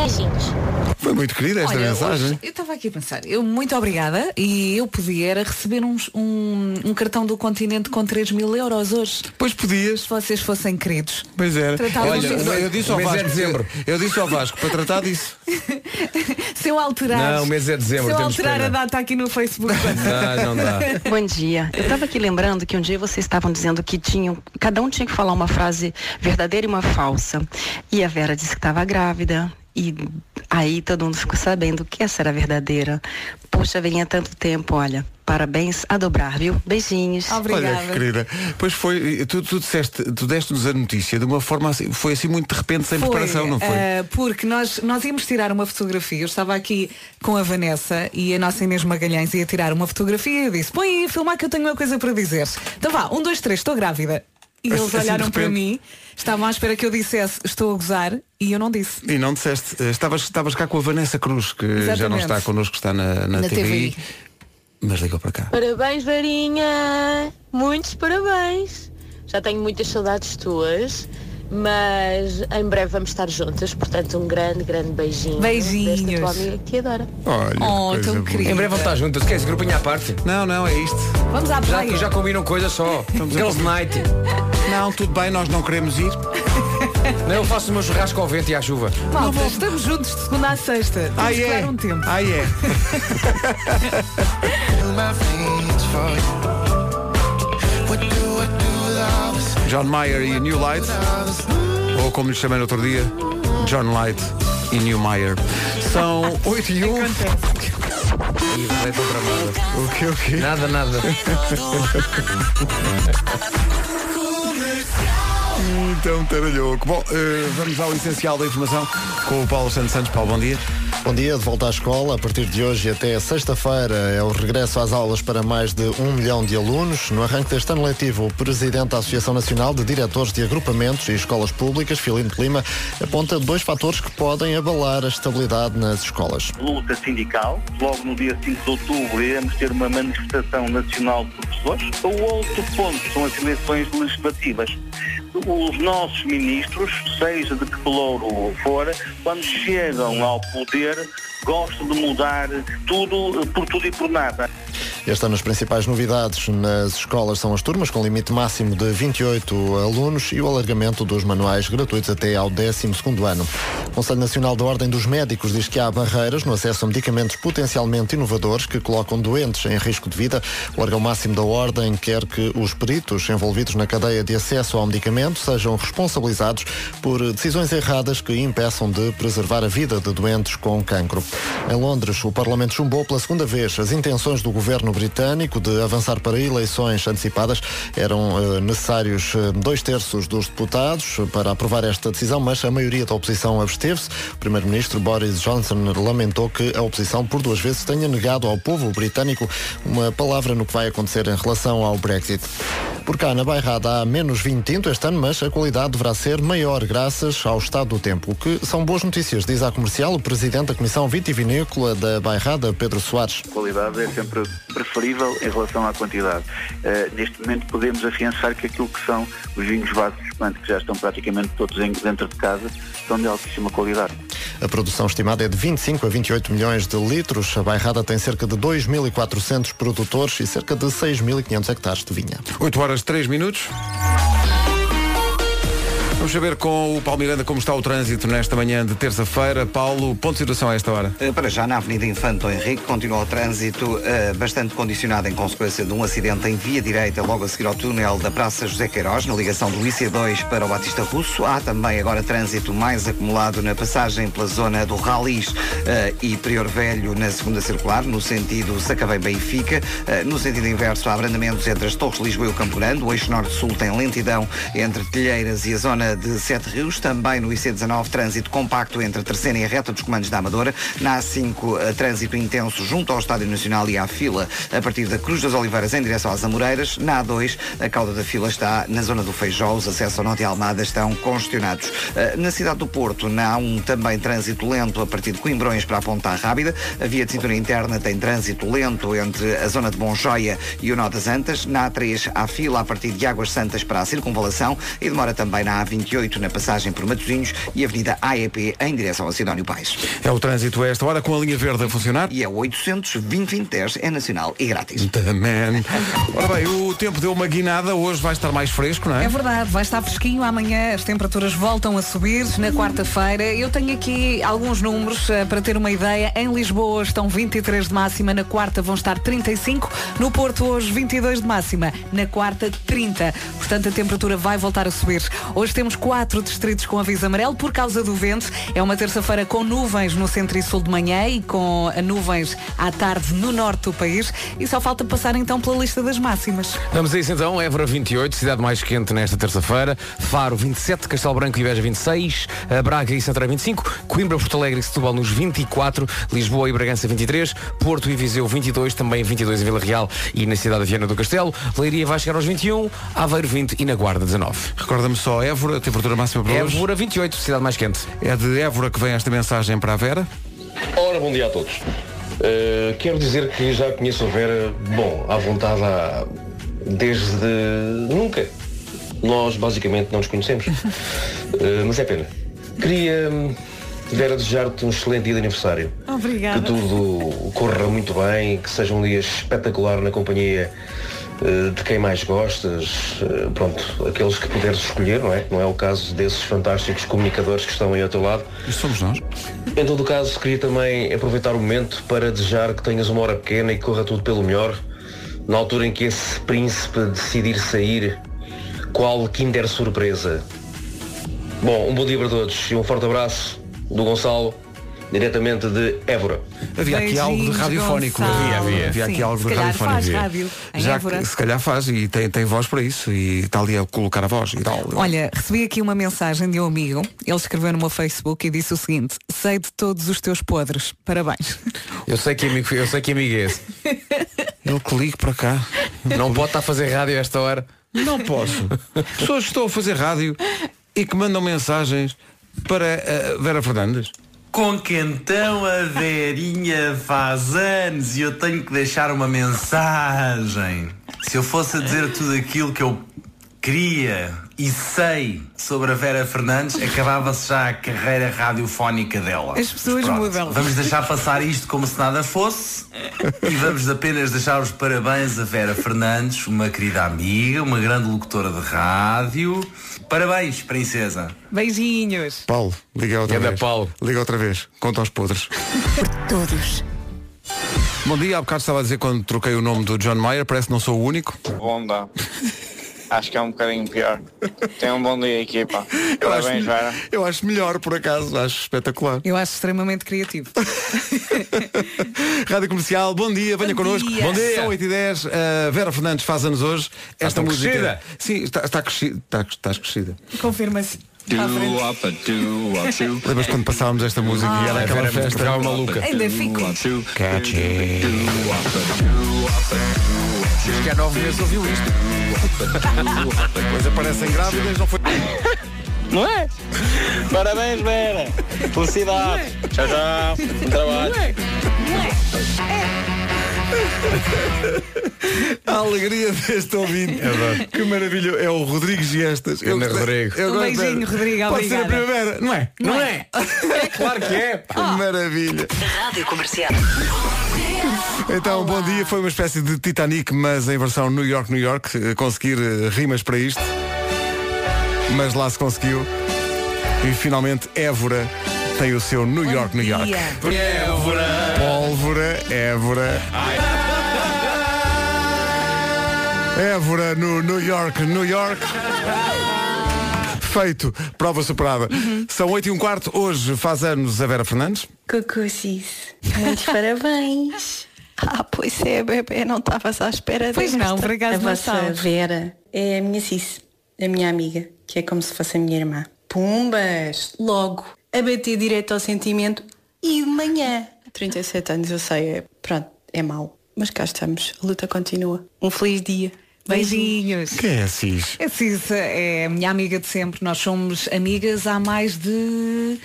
Foi muito querida esta Olha, mensagem. hoje eu estava aqui a pensar, eu muito obrigada e eu podia era receber uns- um, um cartão do continente com 3 mil euros hoje. Pois podias. Se vocês fossem queridos. Pois era. Tratávamos Olha, disso. eu, eu disse ao O mês é Vasco, dezembro. Eu, eu disse ao Vasco para tratar disso. Se eu alterar. Não, o mês é dezembro, Se eu temos alterar pena. a data aqui no Facebook. Não, não dá. Bom dia. Eu estava aqui lembrando que um dia vocês estavam dizendo que tinham, cada um tinha que falar uma frase verdadeira e uma falsa. E a Vera disse que estava grávida. E aí todo mundo ficou sabendo que essa era a verdadeira. Poxa, venha tanto tempo, olha. Parabéns a dobrar, viu? Beijinhos. Olha, que querida. Pois foi, tu, tu disseste, tu deste-nos a notícia de uma forma assim, foi assim muito de repente, sem Foi, preparação, não foi? ah, porque nós, nós íamos tirar uma fotografia. Eu estava aqui com a Vanessa e a nossa Inês Magalhães ia tirar uma fotografia e eu disse, põe aí a filmar que eu tenho uma coisa para dizer. Então vá, um, dois, três, estou grávida. e eles Assim, de olharam para repente. mim, estavam à espera que eu dissesse estou a gozar e eu não disse. E não disseste, eh, estavas, estavas cá com a Vanessa Cruz, que já não Exatamente. está connosco, está na, na, Na TVI, TVI. mas ligou para cá. Parabéns, Varinha! Muitos parabéns! Já tenho muitas saudades tuas, mas em breve vamos estar juntas, portanto um grande, grande beijinho. Beijinhos. Desta tua amiga que adora. Olha, Oh, coisa tão boa. querido. Em breve vão estar juntas. Queres grupinho à parte? Não, não, é isto. Vamos à Já, praia. já combinam coisa só. Girls Night. Não, tudo bem, nós não queremos ir. Não, eu faço o meu churrasco ao vento e à chuva. Malta, estamos juntos de segunda à sexta. Temos Ah, que é? dar um tempo. Ah, é? John Mayer e New Light. Ou como lhe chamei no outro dia, John Light e New Mayer. São 8 e 1. O que, o que? Nada, nada. Então, taralhoco. Bom, eh, vamos ao essencial da informação com o Paulo Santos Santos. Paulo, bom dia. Bom dia, de volta à escola. A partir de hoje e até sexta-feira é o regresso às aulas para mais de um milhão de alunos. No arranque deste ano letivo, o presidente da Associação Nacional de Diretores de Agrupamentos e Escolas Públicas, Filino de Lima, aponta dois fatores que podem abalar a estabilidade nas escolas. luta sindical. Logo no dia 5 de outubro iremos ter uma manifestação nacional de professores. O outro ponto são as eleições legislativas. Os nossos ministros, seja de que pelouro fora, quando chegam ao poder, gostam de mudar tudo eh, por tudo e por nada. Este ano as principais novidades nas escolas são as turmas com limite máximo de 28 alunos e o alargamento dos manuais gratuitos até ao 12º ano. O Conselho Nacional da Ordem dos Médicos diz que há barreiras no acesso a medicamentos potencialmente inovadores que colocam doentes em risco de vida. O órgão máximo da Ordem quer que os peritos envolvidos na cadeia de acesso ao medicamento sejam responsabilizados por decisões erradas que impeçam de preservar a vida de doentes com cancro. Em Londres, o Parlamento chumbou pela segunda vez as intenções do governo britânico de avançar para eleições antecipadas. Eram eh, necessários eh, dois terços dos deputados eh, para aprovar esta decisão, mas a maioria da oposição absteve-se. O primeiro-ministro Boris Johnson lamentou que a oposição por duas vezes tenha negado ao povo britânico uma palavra no que vai acontecer em relação ao Brexit. Por cá, na Bairrada, há menos vinho tinto este ano, mas a qualidade deverá ser maior graças ao estado do tempo, o que são boas notícias, diz à comercial o presidente da Comissão Vitivinícola da Bairrada, Pedro Soares. A qualidade é sempre preferível em relação à quantidade. Eh, neste momento podemos afiançar que aquilo que são os vinhos vasos espanto, que já estão praticamente todos em- dentro de casa, são de altíssima qualidade. A produção estimada é de 25 a 28 milhões de litros. A Bairrada tem cerca de 2.400 produtores e cerca de 6.500 hectares de vinha. 8 horas 3 minutos. Vamos saber com o Paulo Miranda como está o trânsito nesta manhã de terça-feira. Paulo, ponto de situação a esta hora. Eh, Para já, na Avenida Infanto Henrique, continua o trânsito eh, bastante condicionado em consequência de um acidente em via direita, logo a seguir ao túnel da Praça José Queiroz, na ligação do IC2 para o Batista Russo. Há também agora trânsito mais acumulado na passagem pela zona do Ralis eh, e Prior Velho, na segunda circular, no sentido Sacavém-Benfica. Eh, no sentido inverso, há abrandamentos entre as Torres de Lisboa e o Campo Grande. O eixo norte-sul tem lentidão entre Telheiras e a zona de Sete Rios. Também no IC19, trânsito compacto entre a terceira e a reta dos comandos da Amadora. Na A5, eh, trânsito intenso junto ao Estádio Nacional e à fila a partir da Cruz das Oliveiras em direção às Amoreiras. Na A2, a cauda da fila está na zona do Feijó. Os acessos ao Norte e à Almada estão congestionados. Eh, Na cidade do Porto, na A1, também trânsito lento a partir de Coimbrões para a Ponta Rábida. A via de cintura interna tem trânsito lento entre a zona de Bonjoia e o Nó das Antas. Na A3, há fila a partir de Águas Santas para a circunvalação e demora também na A28, na passagem por Matosinhos e Avenida AEP em direção a Sidónio Pais. É o trânsito a esta hora com a linha verde a funcionar. E é o 800 é nacional e grátis. The man. Ora bem, o tempo deu uma guinada, hoje vai estar mais fresco, não é? É verdade, vai estar fresquinho amanhã, as temperaturas voltam a subir na quarta-feira. Eu tenho aqui alguns números eh, para ter uma ideia. Em Lisboa hoje estão 23 de máxima, na quarta vão estar 35, no Porto hoje 22 de máxima, na quarta 30. Portanto, a temperatura vai voltar a subir. Hoje temos temos quatro distritos com aviso amarelo por causa do vento. É uma terça-feira com nuvens no centro e sul de manhã e com eh, nuvens à tarde no norte do país. E só falta passar então pela lista das máximas. Vamos a isso então, Évora 28, cidade mais quente nesta terça-feira, Faro 27, Castelo Branco e Beja 26, eh, Braga e Santarém 25, Coimbra, Porto Alegre e Setúbal nos 24, Lisboa e Bragança 23, Porto e Viseu 22, também 22 em Vila Real e na cidade de Viana do Castelo, Leiria vai chegar aos 21, Aveiro 20 e na Guarda 19. Recorda-me só Évora, a temperatura máxima para hoje. Évora 28, cidade mais quente. É de Évora que vem esta mensagem para a Vera. Ora, bom dia a todos. Uh, quero dizer que já conheço a Vera, bom, à vontade há- desde nunca. Nós basicamente não nos conhecemos. Uh, mas é pena. Queria, hum, Vera, desejar-te um excelente dia de aniversário. Que Obrigada. tudo corra muito bem, que seja um dia espetacular na companhia eh, de quem mais gostas, eh, pronto, aqueles que puderes escolher, não é? Não é o caso desses fantásticos comunicadores que estão aí ao teu lado. Isso somos nós. Em todo o caso, queria também aproveitar o momento para desejar que tenhas uma hora pequena e que corra tudo pelo melhor. Na altura em que esse príncipe decidir sair, qual Kinder surpresa. Bom, um bom dia para todos e um forte abraço do Gonçalo, diretamente de Évora. Havia aqui algo de radiofónico. não é? Havia, havia. Havia aqui Sim, algo se de calhar radiofónico. faz Havia. rádio em Já Évora. que, se calhar faz e tem, tem voz para isso e está ali a colocar a voz e tal. Olha, recebi aqui uma mensagem de um amigo. Ele escreveu no meu Facebook e disse o seguinte: Sei de todos os teus podres. Parabéns. Eu sei que amigo, eu sei que amigo é esse. Eu clico para cá. Não pode estar a fazer rádio a esta hora. Não posso. Pessoas que estão a fazer rádio e que mandam mensagens para a Vera Fernandes. Com que então a Verinha faz anos e eu tenho que deixar uma mensagem. Se eu fosse a dizer tudo aquilo que eu queria e sei sobre a Vera Fernandes, acabava-se já a carreira radiofónica dela. As pessoas Pronto, mudam. Vamos deixar passar isto como se nada fosse e vamos apenas deixar os parabéns a Vera Fernandes, uma querida amiga, uma grande locutora de rádio. Parabéns, princesa. Beijinhos. Paulo, liga outra Ganda vez. Paulo. Liga outra vez. Conta aos podres. Todos. Bom dia, há bocado estava a dizer quando troquei o nome do John Mayer, parece que não sou o único. Bom dá. Acho que é um bocadinho pior. Tenha um bom dia, equipa. Parabéns, Vera. Eu acho melhor, por acaso, acho espetacular. Eu acho extremamente criativo. Rádio Comercial, bom dia, venha Bom connosco. dia. São 8 e 10 a Vera Fernandes faz anos hoje. Esta tão música. crescida. Sim, está, está crescida. Está, estás crescida. Confirma-se. Tá À frente. Lembras quando passávamos esta música Ah. e era A aquela Vera festa? ficava maluca. Ainda fico. Catchy. Acho que há nove meses ouviu isto. Depois aparecem grávidas, não foi. Não é? Parabéns, Vera. Felicidade. é? Tchau, tchau. Bom trabalho. é? A alegria deste ouvinte. que maravilha. É o Rodrigo Giestas. Eu Grande gostei- Rodrigo. eu Um gostei. beijinho, Rodrigo, Pode ser a obrigada. primavera, não é? Não é? É claro que é. Que maravilha. Rádio Comercial. Então, bom dia. Foi uma espécie de Titanic, mas em versão New York, New York. eh, Conseguir eh, rimas para isto. Mas lá se conseguiu. E finalmente Évora tem o seu New York, New York. Évora. Pólvora, Évora. Évora no New York, New York. Feito, prova superada. São 8 e um quarto, hoje faz anos a Vera Fernandes. Cucucis, muitos parabéns. Ah, pois é, bebê, não estavas à espera Pois desta. não, por acaso A não vossa estava. Vera é a minha Cis, a minha amiga, que é como se fosse a minha irmã. Pumbas! Logo, a bater direto ao sentimento e de manhã. 37 anos, eu sei, é, pronto, é mau. Mas cá estamos, a luta continua. Um feliz dia. Beijinhos. Quem é a Cis? A Cisa é a minha amiga de sempre. Nós somos amigas há mais de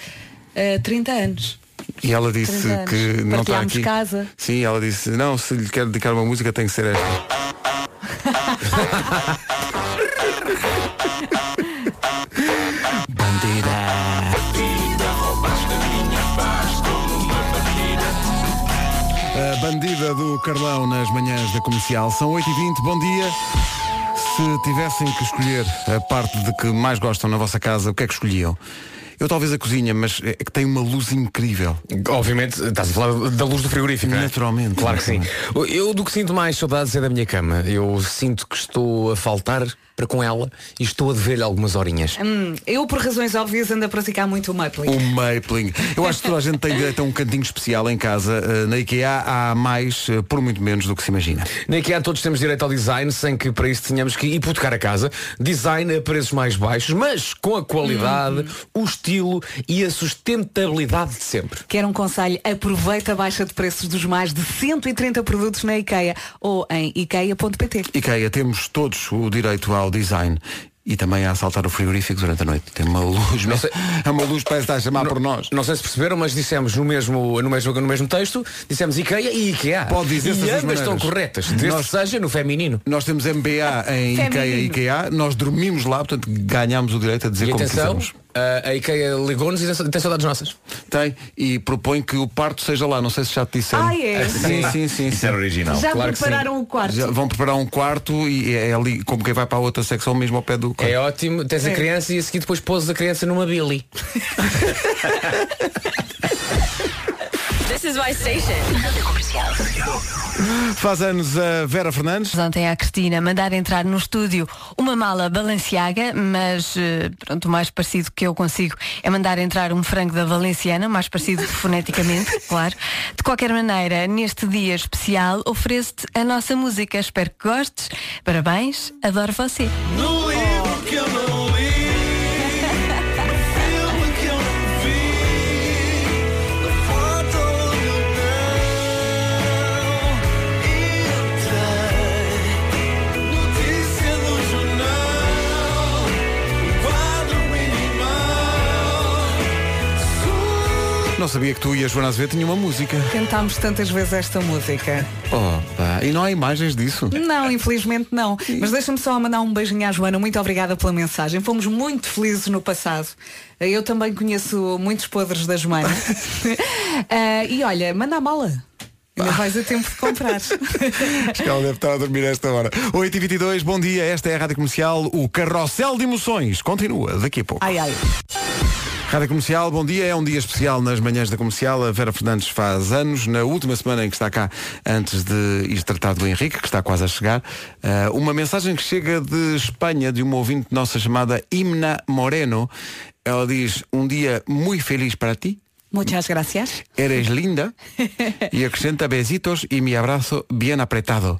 eh, 30 anos. E ela disse 30 anos. que não está Partilhámos aqui. casa. Sim, ela disse, não, se lhe quer dedicar uma música tem que ser esta. A bandida do Carlão nas manhãs da comercial. São 8h20, bom dia. Se tivessem que escolher a parte de que mais gostam na vossa casa, o que é que escolhiam? Eu talvez a cozinha, mas é que tem uma luz incrível. Obviamente, estás a falar da luz do frigorífico, é? Naturalmente. Claro que sim. Eu do que sinto mais saudades é da minha cama. Eu sinto que estou a faltar para com ela e estou a dever-lhe algumas horinhas. Hum, eu, por razões óbvias, ando a praticar muito o Mapling. O Mapling. Eu acho que toda a gente tem direito a um cantinho especial em casa. Eh, na IKEA há mais eh, por muito menos do que se imagina. Na IKEA todos temos direito ao design, sem que para isso tenhamos que hipotecar a casa. Design a preços mais baixos, mas com a qualidade, Uhum. o estilo e a sustentabilidade de sempre. Quer um conselho? Aproveita a baixa de preços dos mais de 130 produtos na IKEA ou em IKEA.pt. IKEA, temos todos o direito ao design e também a assaltar o frigorífico durante a noite. Tem uma luz, não é uma luz que parece que está a chamar por nós. Não sei se perceberam, mas dissemos no mesmo, no mesmo, no mesmo texto, dissemos IKEA e IKEA. Pode dizer E ambas estão corretas. Desde seja no feminino. Nós temos MBA em IKEA e IKEA, nós dormimos lá, portanto ganhámos o direito a dizer E como atenção, quisermos. a- a IKEA ligou-nos e disse- tem saudades nossas. Tem, e propõe que o parto seja lá, não sei se já te disseram. Ah, é? Sim, sim, sim. sim. original. Já que sim. prepararam o quarto. Já vão preparar um quarto e é ali, como quem vai para a outra secção, mesmo ao pé do quarto. É ótimo, tens a É. criança e a seguir depois pôs a criança numa Billy. This is my station. Faz anos a Vera Fernandes. Ontem à Cristina mandar entrar no estúdio uma mala Balenciaga, mas eh, pronto, o mais parecido que eu consigo é mandar entrar um frango da Valenciana, mais parecido foneticamente, claro. De qualquer maneira, neste dia especial, ofereço-te a nossa música. Espero que gostes. Parabéns, adoro você. No livro que eu não li, no filme que eu não vi, na foto onde eu não entrei, notícia do jornal, um quadro minimal. Não sabia que tu e a Joana Azevedo tinham uma música. Cantámos tantas vezes esta música. Oh, pá, e não há imagens disso? Não, infelizmente não. Mas deixa-me só mandar um beijinho à Joana. Muito obrigada pela mensagem. Fomos muito felizes no passado. Eu também conheço muitos podres da Joana. Ah, e olha, manda a mala. Ainda vais a tempo de comprar. Acho que ela deve estar a dormir a esta hora. 8h22, bom dia, esta é a Rádio Comercial, o Carrossel de Emoções. Continua daqui a pouco. Ai, ai. Rádio Comercial, bom dia. É um dia especial nas manhãs da comercial. A Vera Fernandes faz anos. Na última semana em que está cá, antes de ir tratar do Henrique, que está quase a chegar, eh, uma mensagem que chega de Espanha, de uma ouvinte nossa chamada Imna Moreno. Ela diz: Um dia muito feliz para ti. Muchas gracias. Eres linda. E acrescenta besitos e me abraço bien apretado.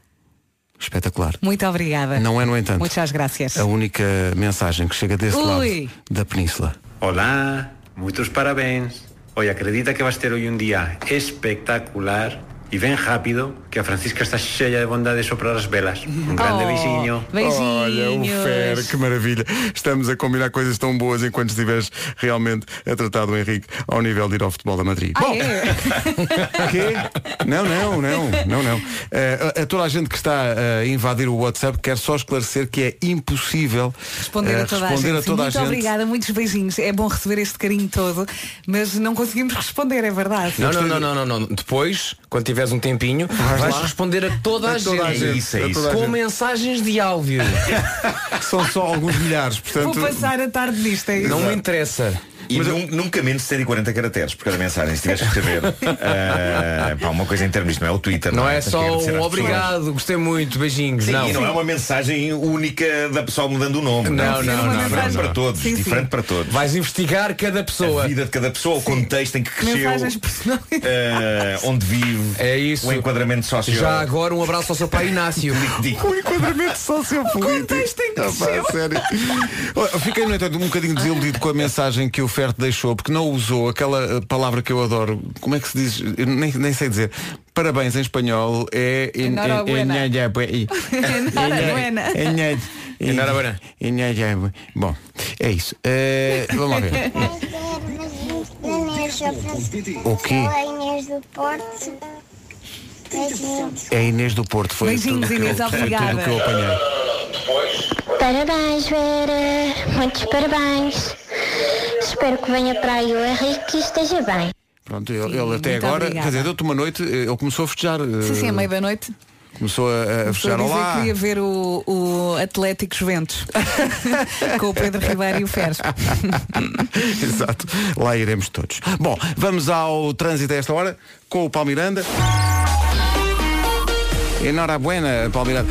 Espetacular. Muito obrigada. Não é, no entanto, Muchas gracias. a única mensagem que chega desse Ui. lado da península. Hola, muchos parabéns. Hoy acredita que va a ser hoy un día espectacular y ven rápido que a Francisca está cheia de bondades soprar as velas. Um Un Um grande Oh, beijinho. Olha, o Fer, que maravilha. Estamos a combinar coisas tão boas enquanto estiveres realmente a tratar do Henrique ao nível de ir ao futebol da Ah, Madrid. Bom, é? quê? Não, não, não, não, não. Eh, a, a toda a gente que está eh, a invadir o WhatsApp quer só esclarecer que é impossível Responder eh, a toda responder a gente. a toda a Muito gente. obrigada, muitos beijinhos. É bom receber este carinho todo, mas não conseguimos responder, é verdade. Não, não, não, não, não, não. Depois, quando tiveres um tempinho, vais, lá. responder a toda a, A toda a gente. gente, Isso, é a isso. toda a Com gente. mensagens de áudio. São só alguns milhares, Vou passar a tarde nisto, é isso. Não me interessa. E nun- nunca menos de 140 caracteres por cada mensagem, se tiveres que saber. Ah, pá, uma coisa em termos, isto não é o Twitter. Não é Tens que só agradecer às um pessoas. obrigado, gostei muito, beijinhos. Sim, não. e não é uma mensagem única da pessoa mudando o nome. é? Não, não, não, Diferente não, não. para todos, Sim, sim. diferente para todos. Vais investigar cada pessoa. A vida de cada pessoa, o contexto em que cresceu, Mensagens ah, onde vive, é isso. o enquadramento social. Já agora um abraço ao seu pai Inácio. O Um enquadramento sociopolítico. Ah, pá, sério. Olha, Fiquei, no entanto, um bocadinho desiludido com a mensagem que o Ferto deixou, porque não usou aquela eh, palavra que eu adoro. Como é que se diz? Eu nem, nem sei dizer. Parabéns em espanhol é. en- en- Enhorabuena. enhorabuena. Enhorabuena. Enhor- Enhorabuena. enhorabuena. Bom, é isso. Eh, vamos lá é ver. O quê? Sou é Inês do Porto. Beijinhos. É Inês do Porto, foi Beijinhos, tudo Inês, que eu, foi tudo obrigada. que eu apanhei. Parabéns, Vera. Muitos parabéns. Espero que venha para aí o Henrique e esteja bem. Pronto, ele, ele até muito agora, obrigada. quer dizer, deu-te uma noite, eh, ele começou a festejar. eh, Sim, sim, é meio da noite. Começou a, a Estou é a fechar dizer lá. que queria ver o, o Atlético Juventus com o Pedro Ribeiro e o Feres. Exato. Lá iremos todos. Bom, vamos ao trânsito a esta hora com o Palmiranda. Enhorabuena, Palmiranda.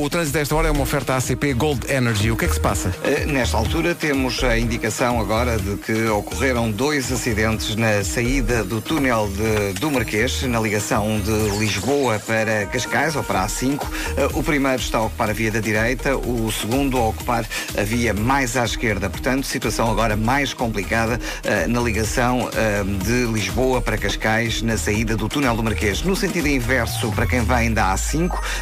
O trânsito a esta hora é uma oferta ACP Gold Energy. O que é que se passa? Eh, Nesta altura temos a indicação agora de que ocorreram dois acidentes na saída do túnel de- do Marquês, na ligação de Lisboa para Cascais, ou para a A5. Eh, O primeiro está a ocupar a via da direita, o segundo a ocupar a via mais à esquerda. Portanto, situação agora mais complicada eh, na ligação eh, de Lisboa para Cascais, na saída do túnel do Marquês. No sentido inverso, para quem vem da A5,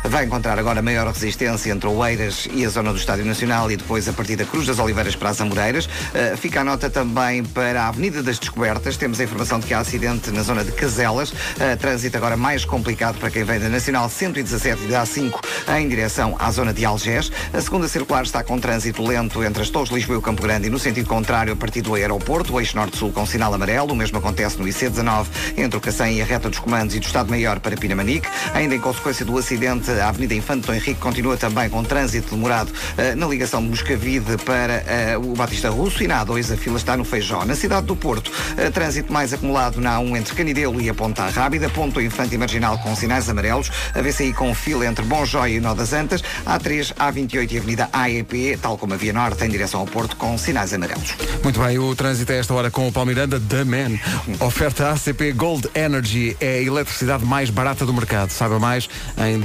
vai encontrar agora maior resistência entre Oeiras e a zona do Estádio Nacional e depois a partir da Cruz das Oliveiras para as Amoreiras. Eh, fica a nota também para a Avenida das Descobertas. Temos a informação de que há acidente na zona de Caselas. Eh, trânsito agora mais complicado para quem vem da Nacional 117 e da A5 em direção à zona de Algés. A segunda circular está com trânsito lento entre as Torres de Lisboa e o Campo Grande e no sentido contrário a partir do aeroporto, o eixo norte-sul com sinal amarelo. O mesmo acontece no IC19 entre o Cacém e a reta dos comandos e do Estado Maior para Pinamanique. Ainda em consequência do acidente, a Avenida Infante Dom Henrique continua também com trânsito demorado eh, na ligação de Moscavide para eh, o Batista Russo e na A2 a fila está no Feijó. Na cidade do Porto, eh, trânsito mais acumulado na A1 entre Canidelo e a Ponta Rábida, Ponto Infante e Marginal com sinais amarelos, a VCI com fila entre Bom Joia e Nó das Antas, A3, A28 e Avenida AEP, tal como a Via Norte em direção ao Porto com sinais amarelos. Muito bem, o trânsito é esta hora com o Palmiranda The Man. Oferta ACP Gold Energy é a eletricidade mais barata do mercado. Saiba mais em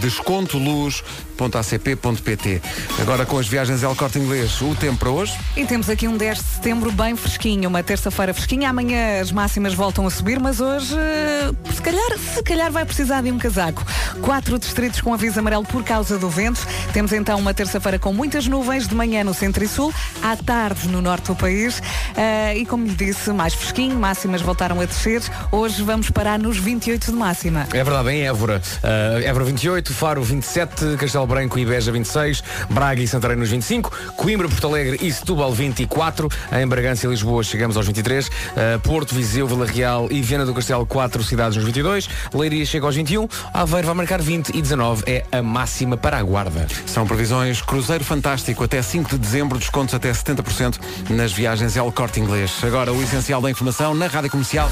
descontoluz.acp.pt. Agora com as viagens El Corte Inglês, o tempo para hoje. E temos aqui um 10 de setembro bem fresquinho, uma terça-feira fresquinha. Amanhã as máximas voltam a subir, mas hoje, eh, se calhar, se calhar vai precisar de um casaco. Quatro distritos com aviso amarelo por causa do vento. Temos então uma terça-feira com muitas nuvens, de manhã no centro e sul, à tarde no norte do país. Eh, e como lhe disse, mais fresquinho, máximas voltaram a descer. Hoje vamos parar nos 28 de máxima. É verdade, em Évora. Ah, Évora 28, Faro 27, Castelo Branco e Beja 26, Braga e Santarém nos 25, Coimbra, Porto Alegre e Setúbal 24, em Bragança e Lisboa chegamos aos 23, ah, Porto, Viseu, Vila Real e Viana do Castelo 4 cidades nos 22, Leiria chega aos 21, Aveiro vai marcar 20 e 19 é a máxima para a Guarda. São previsões Cruzeiro Fantástico até 5 de dezembro, descontos até 70% nas viagens El Corte Inglês. Agora o essencial da informação na Rádio Comercial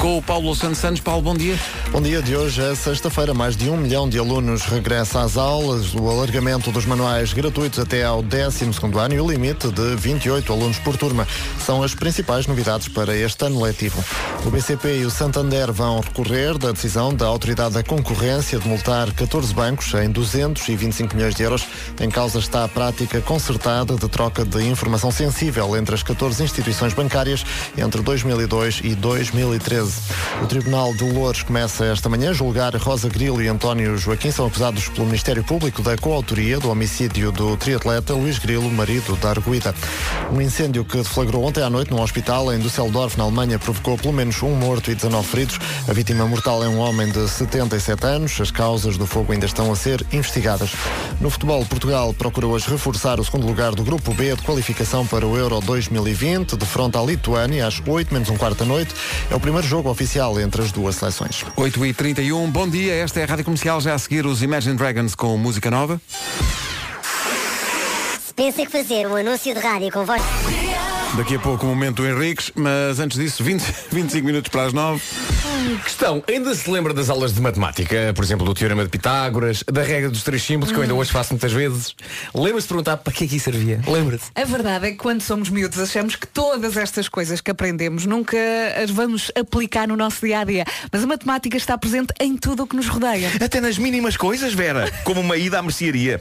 com o Paulo Santos Santos. Paulo, bom dia. Bom dia de hoje é sexta-feira. Mais de um milhão de alunos regressa às aulas. O alargamento dos manuais gratuitos até ao 12º ano e o limite de 28 alunos por turma são as principais novidades para este ano letivo. O BCP e o Santander vão recorrer da decisão da Autoridade da Concorrência de multar 14 bancos em 225 milhões de euros. Em causa está a prática concertada de troca de informação sensível entre as 14 instituições bancárias entre 2002 e 2013. O Tribunal de Loures começa esta manhã a julgar Rosa Grilo e António Joaquim são acusados pelo Ministério Público da coautoria do homicídio do triatleta Luís Grilo, marido da Arguida. Um incêndio que deflagrou ontem à noite num hospital em Düsseldorf, na Alemanha, provocou pelo menos um morto e 19 feridos. A vítima mortal é um homem de 77 anos. As causas do fogo ainda estão a ser investigadas. No futebol, Portugal procura hoje reforçar o segundo lugar do Grupo B de qualificação para o Euro 2020, de fronte à Lituânia, às 8 menos um quarto da noite. É o primeiro jogo oficial entre as duas seleções. 8 e 31 bom dia, esta é a Rádio Comercial, já a seguir os Imagine Dragons com música nova. Se pensa que fazer um anúncio de rádio com voz. Daqui a pouco o momento do Henriques, mas antes disso, 20, 25 minutos para as 9. Questão, Hum, ainda se lembra das aulas de matemática, por exemplo, do Teorema de Pitágoras, da regra dos três símbolos, que eu ainda hoje faço muitas vezes. Lembra-se de perguntar para que é que isso servia? Lembra-se? A verdade é que quando somos miúdos achamos que todas estas coisas que aprendemos nunca as vamos aplicar no nosso dia a dia. Mas a matemática está presente em tudo o que nos rodeia. Até nas mínimas coisas, Vera, como uma ida à mercearia.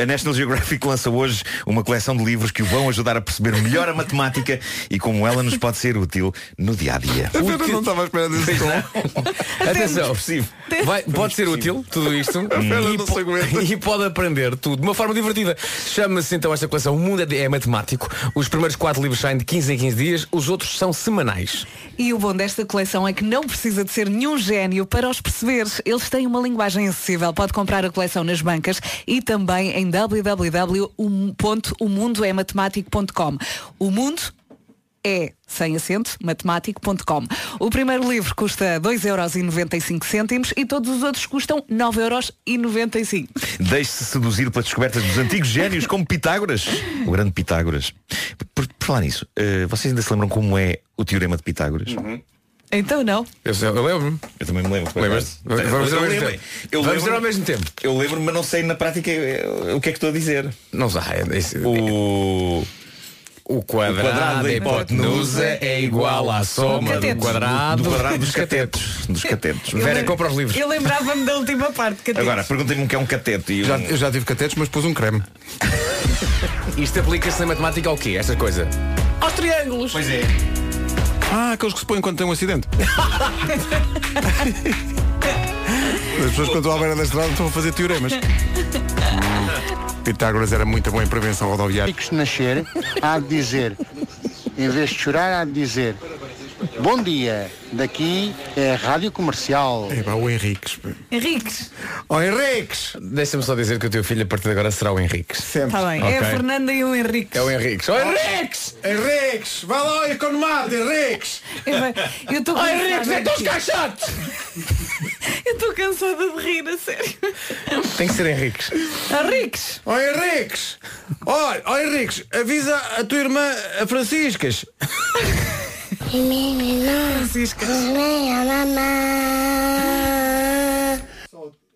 A National Geographic lança hoje uma coleção de livros que o vão ajudar a perceber melhor a matemática e como ela nos pode ser útil no dia a dia. A Vera não estava à espera desse Atenção, Vai- pode ser útil tudo isto Fernanda e, não po- e pode aprender tudo de uma forma divertida. Chama-se então esta coleção O Mundo é, é Matemático. Os primeiros quatro livros saem de 15 em 15 dias, os outros são semanais. E o bom desta coleção é que não precisa de ser nenhum gênio para os perceberes. Eles têm uma linguagem acessível. Pode comprar a coleção nas bancas e também em www.omundoematematico.com. O mundo é, sem acento, matemático.com. O primeiro livro custa 2,95€ e todos os outros custam 9,95€. Deixe-se seduzir pelas descobertas dos antigos génios como Pitágoras. O grande Pitágoras. Por, por falar nisso, eh, vocês ainda se lembram como é o Teorema de Pitágoras? Então não. Eu, lembro-me. Eu também me lembro. por Lembras-te? acaso. Vamos dizer ao Eu lembro-me. Eu mesmo tempo. Vamos dizer lembro-me- ao mesmo tempo. Eu lembro-me, mas não sei na prática eh, o que é que estou a dizer. Não sei. o... é O quadrado, da hipotenusa é igual à soma do Catetos. quadrado, Do quadrado dos catetos. Dos catetos. Eu lem- Eu lembrava-me da última parte. que eu Agora, perguntem-me o que é um cateto. E um... Já- eu já tive catetos, mas pus um creme. Isto aplica-se na matemática ao quê? Esta coisa? Aos triângulos! Pois é. Ah, aqueles que se põem quando tem um acidente. As pessoas quando estão à beira da estrada estão a fazer teoremas. Pitágoras era muito bom em prevenção rodoviária. Se nascer, há de dizer, em vez de chorar, há de dizer, bom dia, daqui é a Rádio Comercial. É, pá, o Henriques. Henriques. Oh, Henriques! Deixa-me só dizer que o teu filho a partir de agora será o Henriques. Sempre. Tá Está bem. É a Fernanda e o Henrique. É o Henriques. Oh, Henriques! Henriques! Vai lá ao economado, Henriques! Eu bem, eu estou Ai, cansada Henriques, é disto. tão caixote! Eu estou cansada de rir, a sério. Tem que ser Henriques. Henriques! Oh, Henriques! Olha, oh, Henriques, avisa a tua irmã, a Franciscas.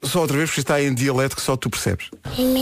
Só outra vez, porque está em dialeto que só tu percebes. é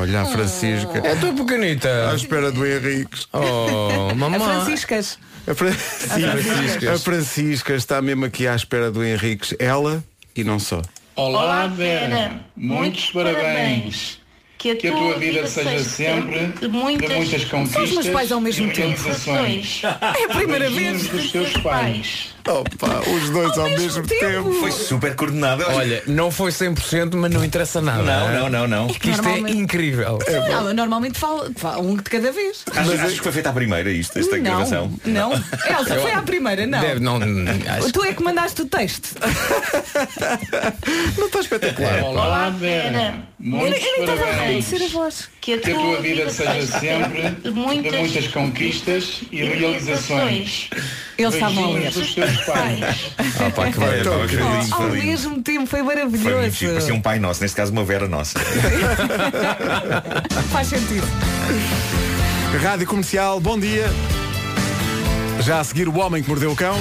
Olha, a Francisca. É tu pequenita. À espera do Henriques. Oh, mamãe. A Franciscas. A, Fran- Sim, Franciscas. a Francisca está mesmo aqui à espera do Henriques. Ela e não só. Olá, Vera. Muitos parabéns. Que a, Que a tua vida seja sempre de muitas, de muitas conquistas São os meus pais ao mesmo e tempo. realizações. É a primeira vez. Beijinhos dos teus pais. Opa, os dois ao, mesmo, tempo. Foi super coordenado. Olha, não foi 100%, mas não interessa nada. Não, não, não, não. Que isto é Normalmente- incrível. Não, eu normalmente falo, falo um de cada vez. Acho, é- acho que foi feita a primeira isto, esta não, gravação. Não, eh, Elsa, Eu- foi à primeira, não. Deve, não, acho Tu é que mandaste o texto. Tá Não está espetacular. Olá, Vera. Muitos parabéns. a voz. é Que a tua, vida seja sempre de muitas, conquistas e realizações. Eles estavam a ler. Beijinhos dos teus pais. Ah, pá, que lindo, pá, que lindo, Ao foi lindo. mesmo tempo, foi Foi muito maravilhoso. giro, parecia um pai nosso, neste caso uma Vera nossa. Faz sentido. Rádio Comercial, bom dia. Já a seguir o homem que mordeu o cão.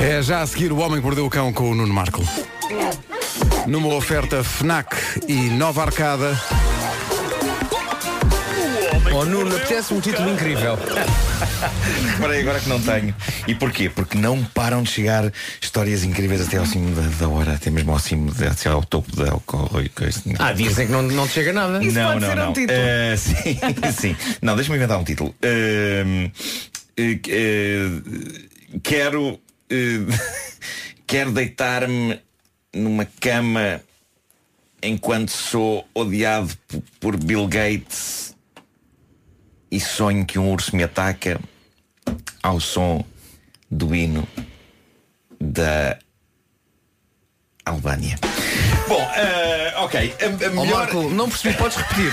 É já a seguir o homem que mordeu o cão com o Nuno Marco. Numa oferta FNAC e Nova Arcada. Oh Nuno, apetece um título incrível. Reparei agora que não tenho. E porquê? Porque não param de chegar histórias incríveis até ao cimo da, da hora, até mesmo ao cimo, de, até ao topo da alcohol e coisa. Ah, dizem que não, não te chega nada. não, não, um não. Eh, sim, sim. Não, deixa-me inventar um título. Ehm, eh, eh, quero. eh, quero deitar-me numa cama enquanto sou odiado p- por Bill Gates e sonho que um urso me ataca ao som do hino da Albânia. Bom, eh, ok. A, a melhor... Marco, não percebi, podes repetir.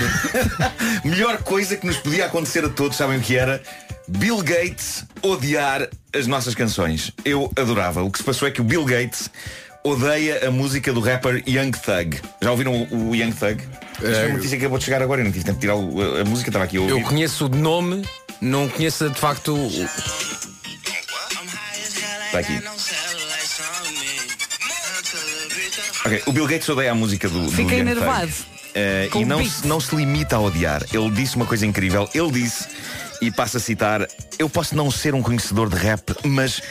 melhor coisa que nos podia acontecer a todos, sabem o que era? Bill Gates odiar as nossas canções. Eu adorava. O que se passou é que o Bill Gates odeia a música do rapper Young Thug. Já ouviram o, o Young Thug? Isto foi uma notícia que acabou de chegar agora e não tive tempo de tirar o- a, a música, estava aqui a Eh, Eu ouvir. conheço de nome, não conheço de facto. o- Está aqui. Ok, o Bill Gates odeia a música do. do Fiquei Young Thug. nervado. Eh, Com e o não, beat. se- não se limita a odiar. Ele disse uma coisa incrível. Ele disse, e passo a citar: Eu posso não ser um conhecedor de rap, mas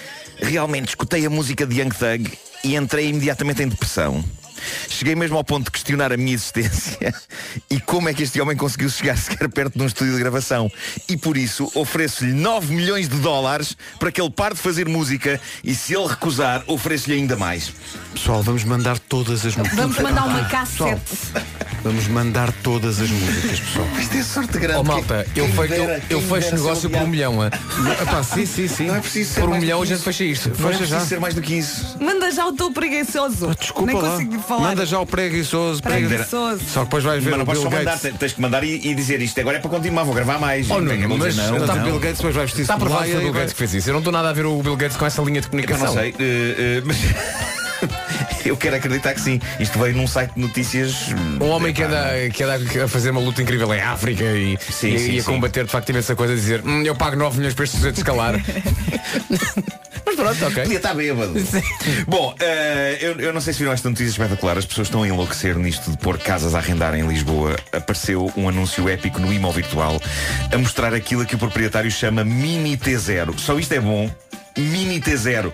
realmente escutei a música de Young Thug e entrei imediatamente em depressão. Cheguei mesmo ao ponto de questionar a minha existência e como é que este homem conseguiu chegar sequer perto de um estúdio de gravação. E por isso ofereço-lhe 9 milhões de dólares para que ele pare de fazer música e se ele recusar, ofereço-lhe ainda mais. Pessoal, vamos mandar todas as músicas. Vamos mandar uma Pessoal, cassete. Vamos mandar todas as músicas, pessoal. Isto é sorte Ó malta, eu, fecho, eu- eu, fecho negócio por um milhão. ah. Epá, sim, sim, sim. é por um milhão a gente fecha isto. Não é Fecha já. preciso ser mais do que isso. Manda já o teu Ah, preguiçoso. Desculpa Nem lá. consigo falar. Manda já o preguiçoso. Preguiçoso. Só que depois vais ver Mas o não podes Bill só mandar, Gates. te- tens que mandar e, e dizer isto agora é para continuar, vou gravar mais. Oh, Não não, tem que mas dizer, está o Bill Gates, depois vai vestir-se Está de provado que foi o laia e Bill vai- Gates que fez isso. Eu não estou nada a ver o Bill Gates com essa linha de Eu comunicação. não sei, eh, eh, mas eu quero acreditar que sim. Isto veio num site de notícias. hum, Um homem que anda, que anda a fazer uma luta incrível em África e, Sim, e- sim, e a sim. combater de facto imensa coisa e dizer "Hum, eu pago 9 milhões para este sujeito escalar. Mas pronto, ok. Podia estar bêbado. Bom, eh, eu, eu não sei se viram esta notícia espetacular. As pessoas estão a enlouquecer nisto de pôr casas a arrendar em Lisboa. Apareceu um anúncio épico no Imo Virtual a mostrar aquilo que o proprietário chama Mini T0. Só isto é bom. Mini T0.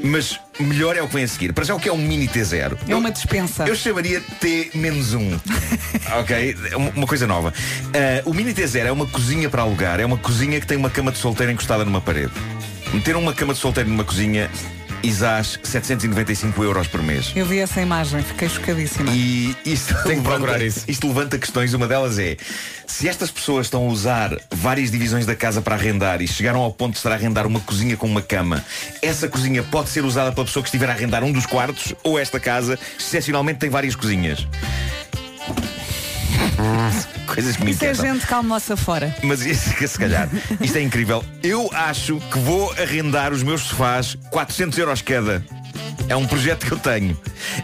Mas melhor é o que vem a seguir. Para já o que é um Mini T0? É uma dispensa. Eu chamaria T-1. ok? Um- Uma coisa nova. Ah, o Mini T0 é uma cozinha para alugar. É uma cozinha que tem uma cama de solteiro encostada numa parede. Meter uma cama de solteiro numa cozinha exás 795 euros por mês. Eu vi essa imagem, fiquei chocadíssima. E isto levanta, Isto levanta questões. Uma delas é se estas pessoas estão a usar várias divisões da casa para arrendar e chegaram ao ponto de estar a arrendar uma cozinha com uma cama, essa cozinha pode ser usada pela pessoa que estiver a arrendar um dos quartos ou esta casa, excepcionalmente tem várias cozinhas. Coisas que me Isso é inquietam. gente que almoça fora. Mas isso que se calhar, isto é incrível. Eu acho que vou arrendar os meus sofás 400 euros cada. É um projeto que eu tenho.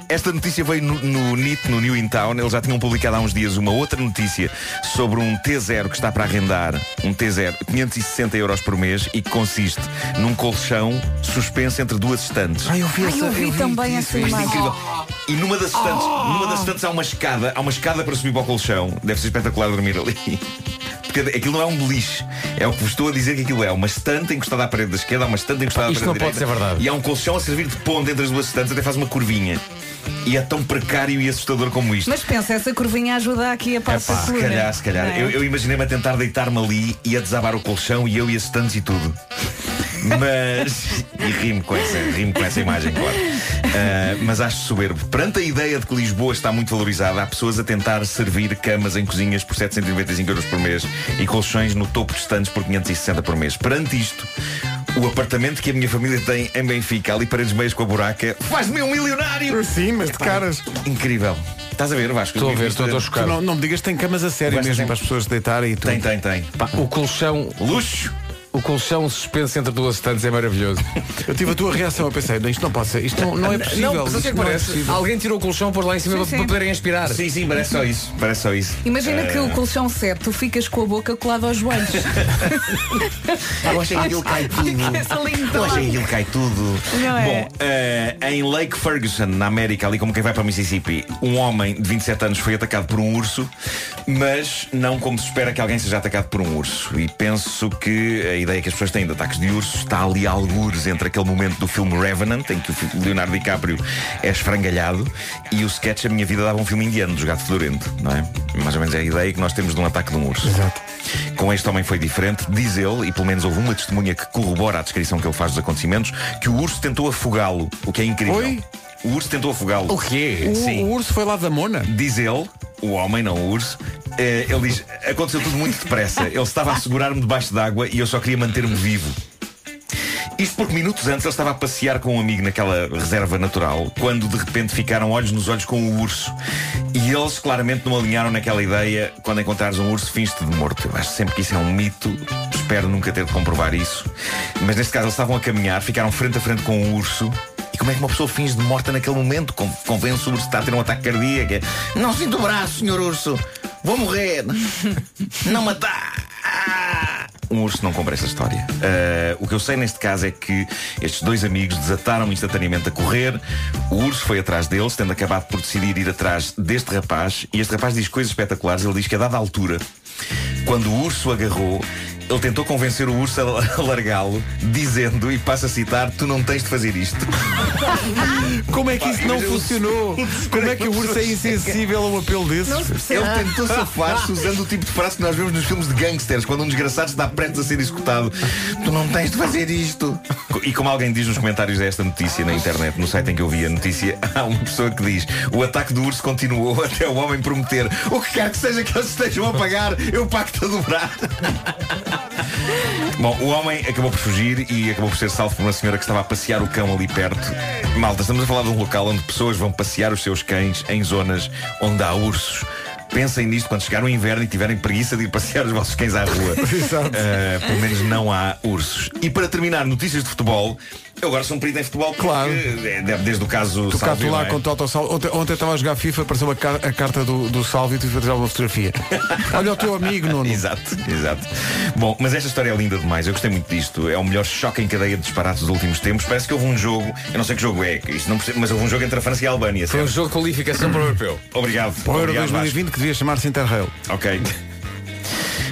Esta notícia veio no, no NIT, no New In Town. Eles já tinham publicado há uns dias uma outra notícia sobre um T0 que está para arrendar. Um T0, 560 euros por mês e que consiste num colchão suspenso entre duas estantes. eu vi, também essa Isto é imagem. incrível. E numa das estantes, Oh. numa das estantes há uma escada, há uma escada para subir para o colchão. Deve ser espetacular dormir ali. Porque aquilo não é um beliche. É o que vos estou a dizer que aquilo é. Uma estante encostada à parede da esquerda, há uma estante encostada Isto à não parede da pode direita. ser verdade. E há um colchão a servir de ponte entre as duas estantes, até faz uma curvinha. E é tão precário e assustador como isto. Mas pensa, essa curvinha ajuda aqui a parte Epá, se segura. calhar, se calhar. Não é? Eu, eu imaginei-me a tentar deitar-me ali e a desabar o colchão e eu e as estantes e tudo. Mas. E rimo com essa, rimo com essa imagem, claro. Ah, mas acho soberbo. Perante a ideia de que Lisboa está muito valorizada, há pessoas a tentar servir camas em cozinhas por 795 euros por mês e colchões no topo de estantes por 560 por mês. Perante isto, o apartamento que a minha família tem em Benfica, ali paredes meias com a buraca, faz de mim um milionário! Sim, mas de caras. Incrível. Estás a ver, Vasco? Estou a ver, estou- estou Tu chocado. Não, não me digas que tem camas a sério Mas mesmo tem- para as pessoas se deitarem e tudo. Tem, tem, tem. Pá, o colchão. Luxo! O colchão suspenso entre duas estantes é maravilhoso. Eu tive a tua reação, eu pensei, não, isto não pode ser, isto não, não é possível. Não, mas o que isto é que não é parece? possível. Alguém tirou o colchão por lá em cima Sim, para- sim. para poderem aspirar. Sim, sim, parece só isso. Parece só isso. Imagina que Eh, o colchão 7, tu ficas com a boca colada aos joelhos. Eu Tá achei que aquilo cai tudo. Essa língua Eu lá. achei que aquilo cai tudo. Não é? Bom, eh, em Lake Ferguson, na América, ali como quem vai para Mississippi, um homem de 27 anos foi atacado por um urso, mas não como se espera que alguém seja atacado por um urso. E penso que a ideia que as pessoas têm de ataques de urso está ali a algures entre aquele momento do filme Revenant, em que o fi- Leonardo DiCaprio é esfrangalhado, e o sketch A Minha Vida dava um filme indiano, do Gato Fedorento, não é? Mais ou menos é a ideia que nós temos de um ataque de um urso. Com este homem foi diferente, diz ele, e pelo menos houve uma testemunha que corrobora a descrição que ele faz dos acontecimentos, que o urso tentou afogá-lo, o que é incrível. Oi? O urso tentou afogá-lo. O quê? O- Sim. o urso foi lá da mona? Diz ele, o homem, não o urso. eh, Ele diz, aconteceu tudo muito depressa. Ele estava a segurar-me debaixo d'água e eu só queria manter-me vivo. Isto porque minutos antes ele estava a passear com um amigo naquela reserva natural, quando de repente ficaram olhos nos olhos com o urso. E eles claramente não alinharam naquela ideia, quando encontrares um urso, finge-te de morto. Eu acho sempre que isso é um mito, espero nunca ter de comprovar isso. Mas neste caso eles estavam a caminhar, ficaram frente a frente com o urso. E como é que uma pessoa finge de morta naquele momento? Con- Convence o urso que está a ter um ataque cardíaco. É, Não sinto o braço, senhor urso. Vou morrer. não matar. Um urso não compra essa história. Ah, o que eu sei neste caso é que estes dois amigos desataram instantaneamente a correr. O urso foi atrás deles, tendo acabado por decidir ir atrás deste rapaz. E este rapaz diz coisas espetaculares. Ele diz que a dada altura, quando o urso agarrou, ele tentou convencer o urso a a largá-lo, dizendo, e passo a citar, tu não tens de fazer isto. Como é que isso não funcionou? Como é que o urso é insensível a um apelo desses? Ele tentou safar-se usando o tipo de frase que nós vemos nos filmes de gangsters, quando um desgraçado está prestes a ser executado. Tu não tens de fazer isto. co- e como alguém diz nos comentários desta notícia na internet, no site em que eu vi a notícia, há uma pessoa que diz o ataque do urso continuou até o homem prometer o que quer que seja que eles estejam a pagar, eu pacto a dobrar. Bom, o homem acabou por fugir e acabou por ser salvo por uma senhora que estava a passear o cão ali perto. Malta, estamos a falar de um local onde pessoas vão passear os seus cães em zonas onde há ursos. Pensem nisto quando chegar o inverno e tiverem preguiça de ir passear os vossos cães à rua. Ah, pelo menos não há ursos. E para terminar, notícias de futebol. Eu agora sou um perito em futebol, claro. Desde o caso Tu cá, tu Salvio, lá não é? com o Toto Salvi. Ontem, ontem estava a jogar FIFA, apareceu uma car- a carta do, do Salvi e tive a tirar uma fotografia. Olha o teu amigo, Nuno. Exato, exato. Bom, mas esta história é linda demais. Eu gostei muito disto. É o melhor choque em cadeia de disparates dos últimos tempos. Parece que houve um jogo, eu não sei que jogo é, isto não percebo, mas houve um jogo entre a França e a Albânia. Foi um jogo de qualificação para o Europeu. Obrigado. Para o Euro Obrigado, Vasco. 2020 que devia chamar-se Interrail. Ok.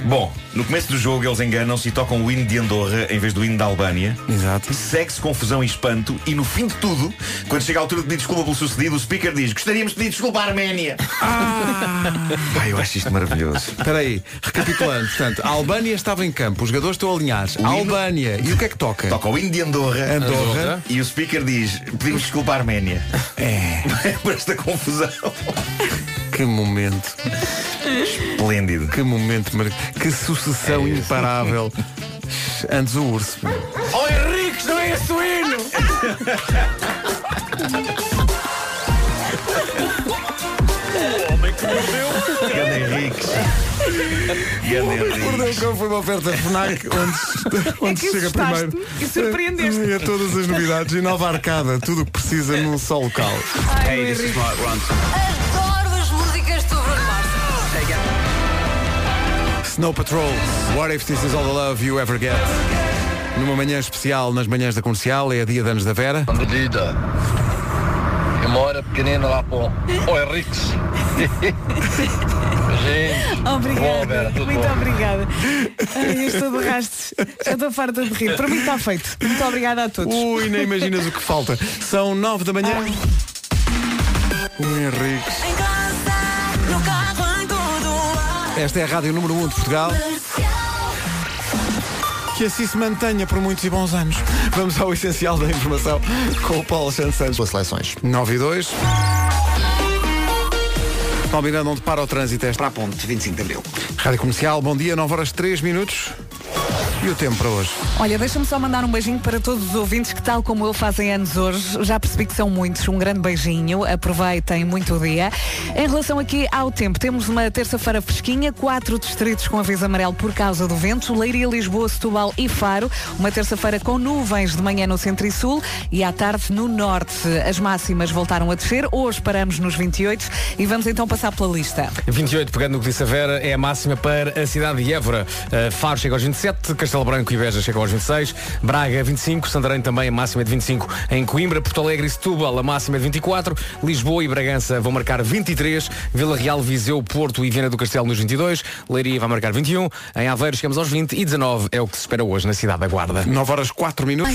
Bom, no começo do jogo eles enganam-se e tocam o hino de Andorra em vez do hino da Albânia. Exato. Segue-se confusão e espanto e no fim de tudo, quando chega a altura de pedir desculpa pelo sucedido, o speaker diz Gostaríamos de pedir desculpa à Arménia. Ah! Pai, eu acho isto maravilhoso. Espera aí, recapitulando, portanto, a Albânia estava em campo, os jogadores estão alinhados. A Albânia, e o que é que toca? Toca o hino de Andorra. Andorra. E o speaker diz Pedimos desculpa à Arménia. É. Por esta confusão. Que momento. Esplêndido. É Que momento, mar... que sucessão imparável. Antes o urso. Oh Henriques, não é esse o hino! o homem que mordeu. Ganda Henriques. Ganda Perdeu o cão foi uma oferta FNAC onde, onde É que se chega assustaste-me primeiro. e surpreendeste-me. E a todas as novidades e nova arcada, tudo o que precisa num só local. Hey, this is Mark Adoro as músicas do Bruno Snow Patrol, What If This Is All the Love You Ever Get? Numa manhã especial nas manhãs da comercial, é a dia de anos da Vera. Medida. E uma hora pequenina lá para o oh, Henriques. Beijinhos. Boa, Vera, Obrigada. tudo Muito bom. obrigada. Ai, eu estou de rastos. Já estou farta de rir. Para mim está feito. Muito obrigada a todos. Ui, nem imaginas o que falta. São nove da manhã. O Henrique. No carro em todo Esta é a Rádio Número 1 de Portugal. Que assim se mantenha por muitos e bons anos. Vamos ao essencial da informação com o Paulo Santos Santos. Boas seleções. 9 e 2. Paulo Miranda, onde para o trânsito é para a ponte, 25 de Abril. Rádio Comercial, bom dia, 9 horas 3 minutos. E o tempo para hoje? Olha, deixa-me só mandar um beijinho para todos os ouvintes que, tal como eu, fazem anos hoje. Já percebi que são muitos. Um grande beijinho. Aproveitem muito o dia. Em relação aqui ao tempo, temos uma terça-feira fresquinha, quatro distritos com aviso amarelo por causa do vento. Leiria, Lisboa, Setúbal e Faro. Uma terça-feira com nuvens de manhã no centro e sul e à tarde no norte. As máximas voltaram a descer. Hoje paramos nos 28 e vamos então passar pela lista. 28, pegando no que disse a Vera, é a máxima para a cidade de Évora. Uh, Faro chega aos 27, Castelo Branco e Beja chegam aos 26, Braga 25, Santarém também a máxima é de 25 em Coimbra, Porto Alegre e Setúbal a máxima é de 24, Lisboa e Bragança vão marcar 23, Vila Real, Viseu, Porto e Viana do Castelo nos 22, Leiria vai marcar 21, em Aveiro chegamos aos 20 e 19 é o que se espera hoje na cidade da Guarda. Então, 9 horas 4 minutos.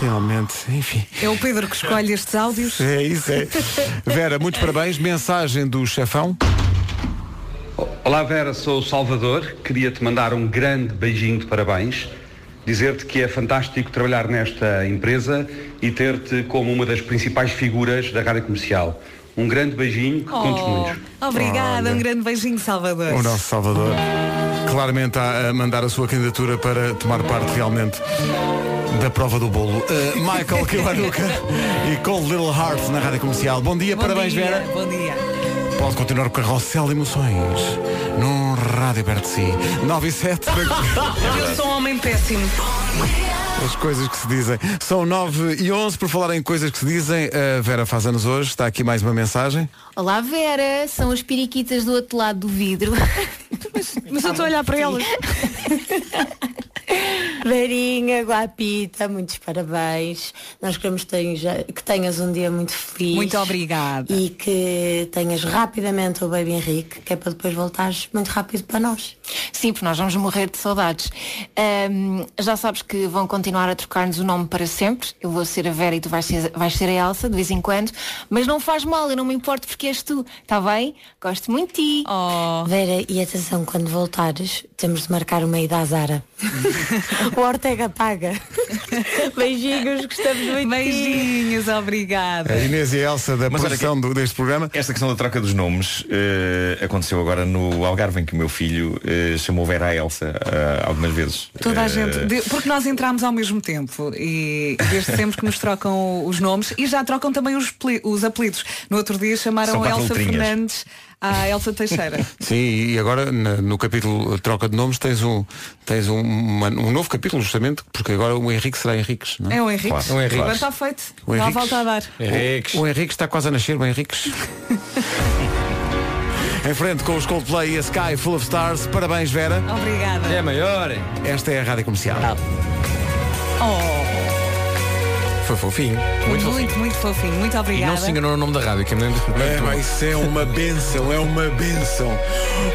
Realmente, enfim. É o Pedro que escolhe estes áudios. É isso, é. Vera, muitos parabéns. Mensagem do chefão. Olá Vera, sou o Salvador. Queria-te mandar um grande beijinho de parabéns. Dizer-te que é fantástico trabalhar nesta empresa e ter-te como uma das principais figuras da rádio comercial. Um grande beijinho, que contes muito. Oh, obrigada, um grande beijinho, Salvador. O nosso Um Salvador claramente a a mandar a sua candidatura para tomar parte realmente da prova do bolo. Uh, Michael Kiwanuka e Cold Little Heart na Rádio Comercial. Bom dia, Bom parabéns, dia, Vera. Bom dia. Pode continuar o carrossel de emoções num rádio perto de si. 9 e 7. Eu sou um homem péssimo. As coisas que se dizem. São 9 e 11, por falar em coisas que se dizem. A Vera faz anos hoje, está aqui mais uma mensagem. Olá Vera, são os periquitas do outro lado do vidro. mas, mas eu estou a olhar para elas. Verinha, Guapita, muitos parabéns. Nós queremos que tenhas, que tenhas um dia muito feliz. Muito obrigada. E que tenhas rapidamente o Baby Henrique, que é para depois voltares muito rápido para nós. Sim, porque nós vamos morrer de saudades. Ahm, já sabes que vão continuar a trocar-nos o nome para sempre. Eu vou ser a Vera e tu vais ser, vais ser a Elsa de vez em quando. Mas não faz mal, eu não me importo porque és tu, está bem? Gosto muito de ti. Vera, e atenção, quando voltares, temos de marcar uma ida à Zara. o Ortega paga. Beijinhos, gostamos muito. Beijinhos, obrigada. A É, Inês e a Elsa da produção deste programa. Esta questão da troca dos nomes eh, aconteceu agora no Algarve, em que o meu filho eh, chamou Vera a Elsa ah, algumas vezes. Toda a é. Eh, gente. de- porque nós entramos ao mesmo tempo e desde sempre que nos trocam os nomes e já trocam também os, pli- os apelidos. No outro dia São chamaram a quatro Elsa letrinhas. Fernandes à Elsa Teixeira. Sim, e agora na- no capítulo Troca de Nomes tens um, tens um, uma- um novo capítulo, justamente, porque agora o Henrique será Henriques. Não é? É o Henrique. O Henrique. É. Agora está feito. O Dá a Henriques. volta a dar. O, o Henrique está quase a nascer, o Henriques. em frente com os Coldplay e a Sky Full of Stars. Parabéns, Vera. Obrigada. É maior. Esta é a Rádio Comercial. Oh, Ah, Foi fofinho. muito, Muito fofinho. muito, fofinho. Muito E não obrigada. se enganou no nome da rádio, que é mesmo. É, mas isso é uma benção, é uma benção.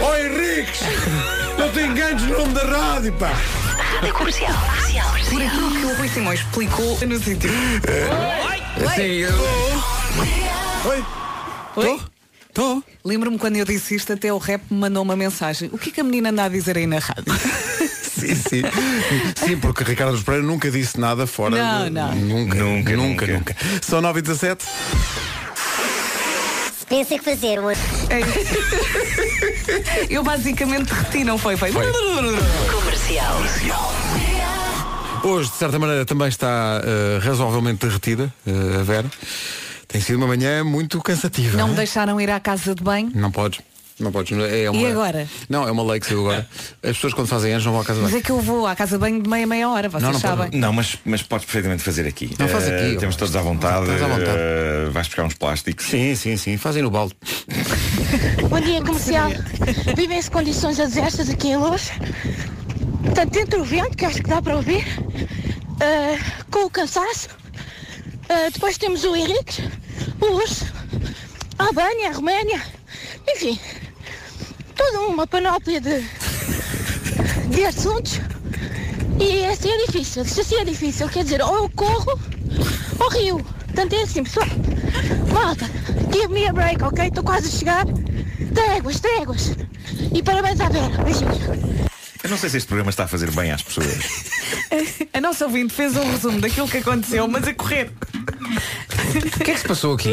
Oh Henriques! Não te enganes no nome da rádio, pá! Rádio comercial. comercial. Por aquilo que o Rui Simões explicou no sítio. É. Sim, Oi. Oi. Tô? Lembro-me quando eu disse isto, até o rap me mandou uma mensagem. O que é que a menina anda a dizer aí na rádio? Sim, sim. Sim, porque Ricardo dos Pereira nunca disse nada fora. Não, de- não. Nunca, nunca, nunca, nunca. São 9 e 17 Se pensa que fazer um uma... Eu basicamente repeti, não foi? Foi. Comercial. Hoje, de certa maneira, também está eh, razoavelmente derretida eh, a Vera. Tem sido uma manhã muito cansativa. Não Não, é? me deixaram ir à casa de banho. não podes. Não podes. É uma... E agora? Não, é uma lei que saiu agora. As pessoas quando fazem anos não vão à casa de Mas banho. é que eu vou à casa de banho de meia meia hora, vocês não, não, sabem. pode- não, mas, mas podes perfeitamente fazer aqui. Não, faz Eh, aqui, ó. temos todos à vontade. Estás à vontade. eh, vais buscar uns plásticos. Sim, sim, sim. Fazem no balde. Bom dia, comercial. Vivem-se condições adversas aqui em Luz. Tanto entre o vento, que acho que dá para ouvir, eh, com o cansaço. Eh, depois temos o Henrique, o Urso, a Albânia, a Roménia. Enfim, toda uma panóplia de, de assuntos. E assim é difícil. Isto assim é difícil. Quer dizer, ou eu corro ou rio. Portanto, é assim, pessoal. Malta, give me a break, ok? Estou quase a chegar. Tréguas, tréguas. E parabéns à Vera. Beijinhos. Eu não sei se este programa está a fazer bem às pessoas. A nossa ouvinte fez um resumo daquilo que aconteceu, mas a correr. O que é que se passou aqui?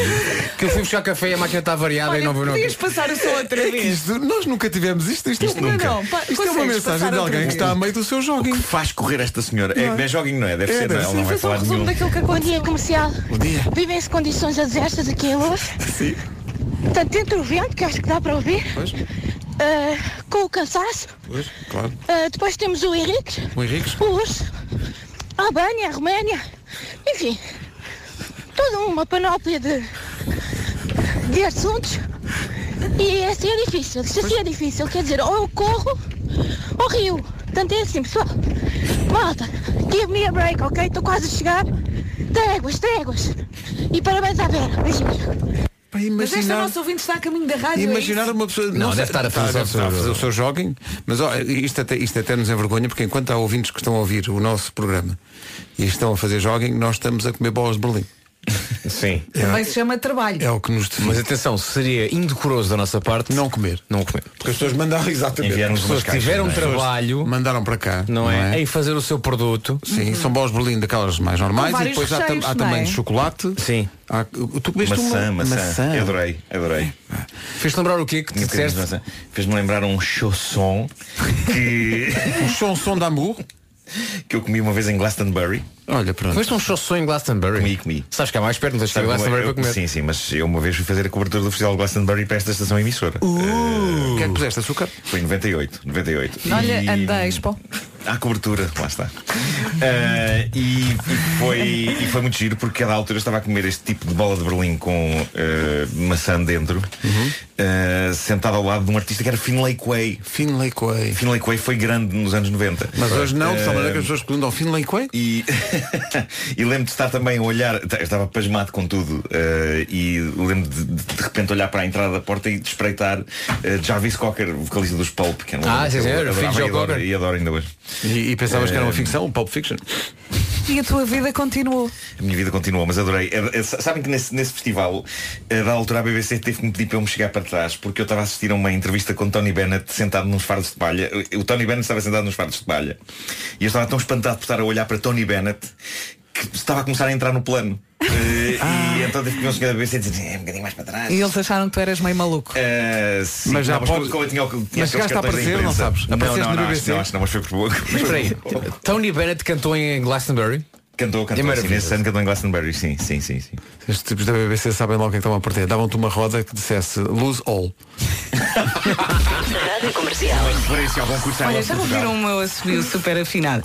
Que eu fui buscar café e a máquina está variada e não É viu não. Podias passar o som outra vez. É Isto, nós nunca tivemos isto, isto, Isto não, nunca. Não, pá, isto é uma consegues mensagem passar de outra alguém que vez? está a meio do seu joguinho. Faz correr esta senhora. É, Não. é joguinho, não é? Deve É, ser, não. deve é? Ela ser. não vai Fez um falar de nenhum. que Bom dia, comercial. Bom dia. Vivem-se condições adversas aqui em Luz. Sim. Tanto entre o vento, que acho que dá para ouvir, Pois, eh, com o cansaço. pois, claro. Eh, depois temos o Henrique, O Henriques. o Urso, a Albânia, a Roménia. Enfim, toda uma panóplia de, de assuntos. E assim é difícil. Isto assim é difícil. Quer dizer, ou eu corro ou rio. Portanto, é assim, pessoal. Malta, give me a break, ok? Estou quase a chegar. Tréguas, tréguas. E parabéns à Vera. Beijinhos. Mas esta Imaginar- nossa ouvinte está a caminho da rádio. é Imaginar isso? uma pessoa. Não, deve sei- estar a está- fazer deve o seu estar a jogo. fazer o seu jogging, mas ó, isto, até, isto até nos envergonha, porque enquanto há ouvintes que estão a ouvir o nosso programa e estão a fazer jogging, nós estamos a comer bolas de Berlim. Sim. Também se chama trabalho. É o que nos define. Mas atenção, seria indecoroso da nossa parte não comer. Não comer. Porque as pessoas mandaram exatamente. As pessoas que tiveram é? trabalho, mandaram para cá, é? não é? Em fazer o seu produto. Sim, são bolas de Berlim daquelas mais normais Com e vários depois há, tam- recheios, há não é? também de chocolate. Sim. Há, tu comeste Maçã, uma maçã, Eu Adorei, adorei. Fez-te lembrar o quê que Minha querida maçã. Fez-me lembrar um chausson que. um chausson d'amour? Que eu comi uma vez em Glastonbury. Olha, pronto. Fez-te um chausson em Glastonbury. Comi, comi. Sabes que há mais perto, não tens que ir a Sabe como é Glastonbury eu- para comer. Sim, sim, mas eu uma vez fui fazer a cobertura do Festival de Glastonbury para esta estação emissora. Eh, O que Uh! é que puseste? Açúcar? Foi em 98, 98. E- Olha, anda, Expo. À cobertura, lá está. Eh, e, e foi, e foi muito giro porque cada altura eu estava a comer este tipo de bola de Berlim com eh, maçã dentro, Uhum. eh, sentado ao lado de um artista que era Finlay Quay. Finlay Quay. Finlay Quay foi grande nos anos 90. Mas hoje não, de tal maneira Eh, que as pessoas perguntam ao Finlay Quay. e, e lembro de estar também a olhar, tá, eu estava pasmado com tudo, eh, e lembro de, de, de repente olhar para a entrada da porta e de espreitar eh, Jarvis Cocker, vocalista dos Pulp, que era um Ah, homem que sim, eu senhor, adorava filho de e Joe adoro, Cocker. e adoro ainda hoje. E, e pensavas que era uma Eh, ficção, um Pulp Fiction. E a tua vida continuou. A minha vida continuou, mas adorei. Eh, eh, sa- Sabem que nesse, nesse festival, eh, da altura a BBC teve que me pedir para eu me chegar para trás, porque eu estava a assistir a uma entrevista com Tony Bennett sentado nos fardos de palha. Eh, O- O Tony Bennett estava sentado nos fardos de palha. E eu estava tão espantado por estar a olhar para Tony Bennett que estava a começar a entrar no plano. Eh, Ah. E então teve que ver um senhor da BBC dizer, é um bocadinho mais para trás. E eles acharam que tu eras meio maluco. Eh, sim, Mas não, já como- pode- como eu tinha, o- tinha Mas aqueles chegaste a cartões da aparecer, não imprensa. sabes? Não, Apareceste não, no não, BBC? acho, não, acho não, mas foi por pouco. Mas espera aí, Tony Bennett cantou em Glastonbury? É Cantou, cantou. sim, nesse ano cantou em Glastonbury, sim, sim, sim. sim. Estes tipos da BBC sabem logo o que é que estão a perder. Davam-te uma roda que dissesse lose all. Rádio comercial. Uma referência ao concurso Olha, já ouviram o meu assobio super afinado?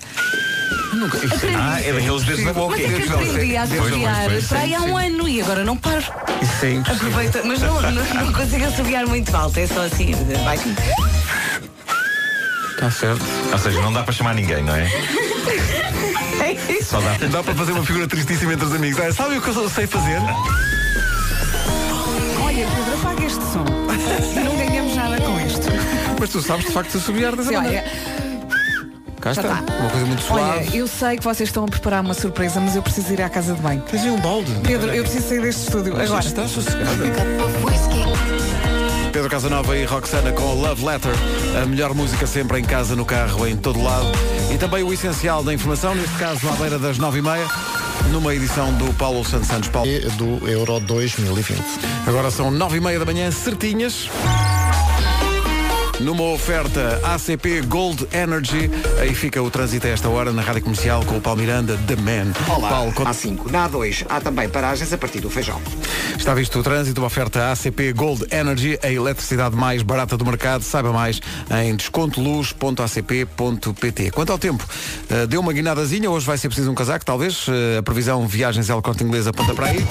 Nunca. Ah, é daqueles dedos na boca. Mas é que aprendi a assobiar para aí há um ano e agora não paro. Sim. Aproveita, mas não, não, não consigo assobiar muito alto, é só assim, baixinho. Está certo. Ou seja, não dá para chamar ninguém, não é? É Só dá. Dá para fazer uma figura tristíssima entre os amigos. Ah, sabe o que eu sei fazer? Olha, Pedro, apaga este som. Não ganhamos nada com isto. Mas tu sabes de facto assobiar dessa Sim, maneira. olha, Cá já está. Uma coisa muito suave. Olha, eu sei que vocês estão a preparar uma surpresa, mas eu preciso ir à casa de banho. Tens aí um balde? Pedro, eu preciso sair deste estúdio Mas agora. está Pedro Casanova e Roxana com Love Letter, a melhor música sempre em casa, no carro, em todo lado. E também o essencial da informação, neste caso à beira das 9h30, numa edição do Paulo Santos Santos Paulo. E do Euro 2020. Agora são 9h30 da manhã, certinhas. Numa oferta ACP Gold Energy, aí fica o trânsito a esta hora na Rádio Comercial com o Paulo Miranda, The Man. Olá, Ah, Paulo, há 5. Na A2 há também paragens a partir do feijão. Está visto o trânsito, uma oferta ACP Gold Energy, a eletricidade mais barata do mercado. Saiba mais em descontoluz.acp.pt. Quanto ao tempo, eh, deu uma guinadazinha, hoje vai ser preciso um casaco, talvez. Eh, A previsão viagens El Corte Inglês aponta para aí.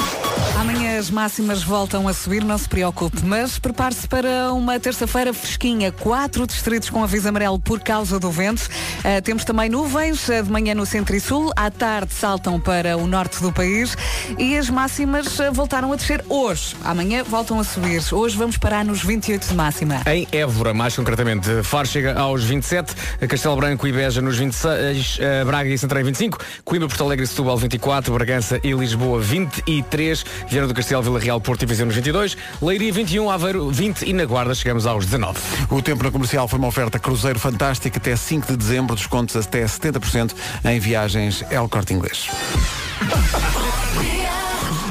Amanhã as máximas voltam a subir, não se preocupe, mas prepare-se para uma terça-feira fresquinha. Quatro distritos com aviso amarelo por causa do vento. Ah, temos também nuvens ah, de manhã no centro e sul, à tarde saltam para o norte do país e as máximas ah, voltaram a descer hoje. Amanhã voltam a subir. Hoje vamos parar nos 28 de máxima. Em Évora, mais concretamente, Faro chega aos 27, Castelo Branco e Beja nos 26, eh, Braga e Santarém 25, Coimbra, Porto Alegre e Setúbal 24, Bragança e Lisboa 23, Vieira do Castelo, Vila Real, Porto e Viseu nos 22, Leiria 21, Aveiro 20 e na Guarda chegamos aos 19. O tempo na comercial foi uma oferta cruzeiro fantástica até 5 de dezembro, descontos até 70% em viagens El Corte Inglês.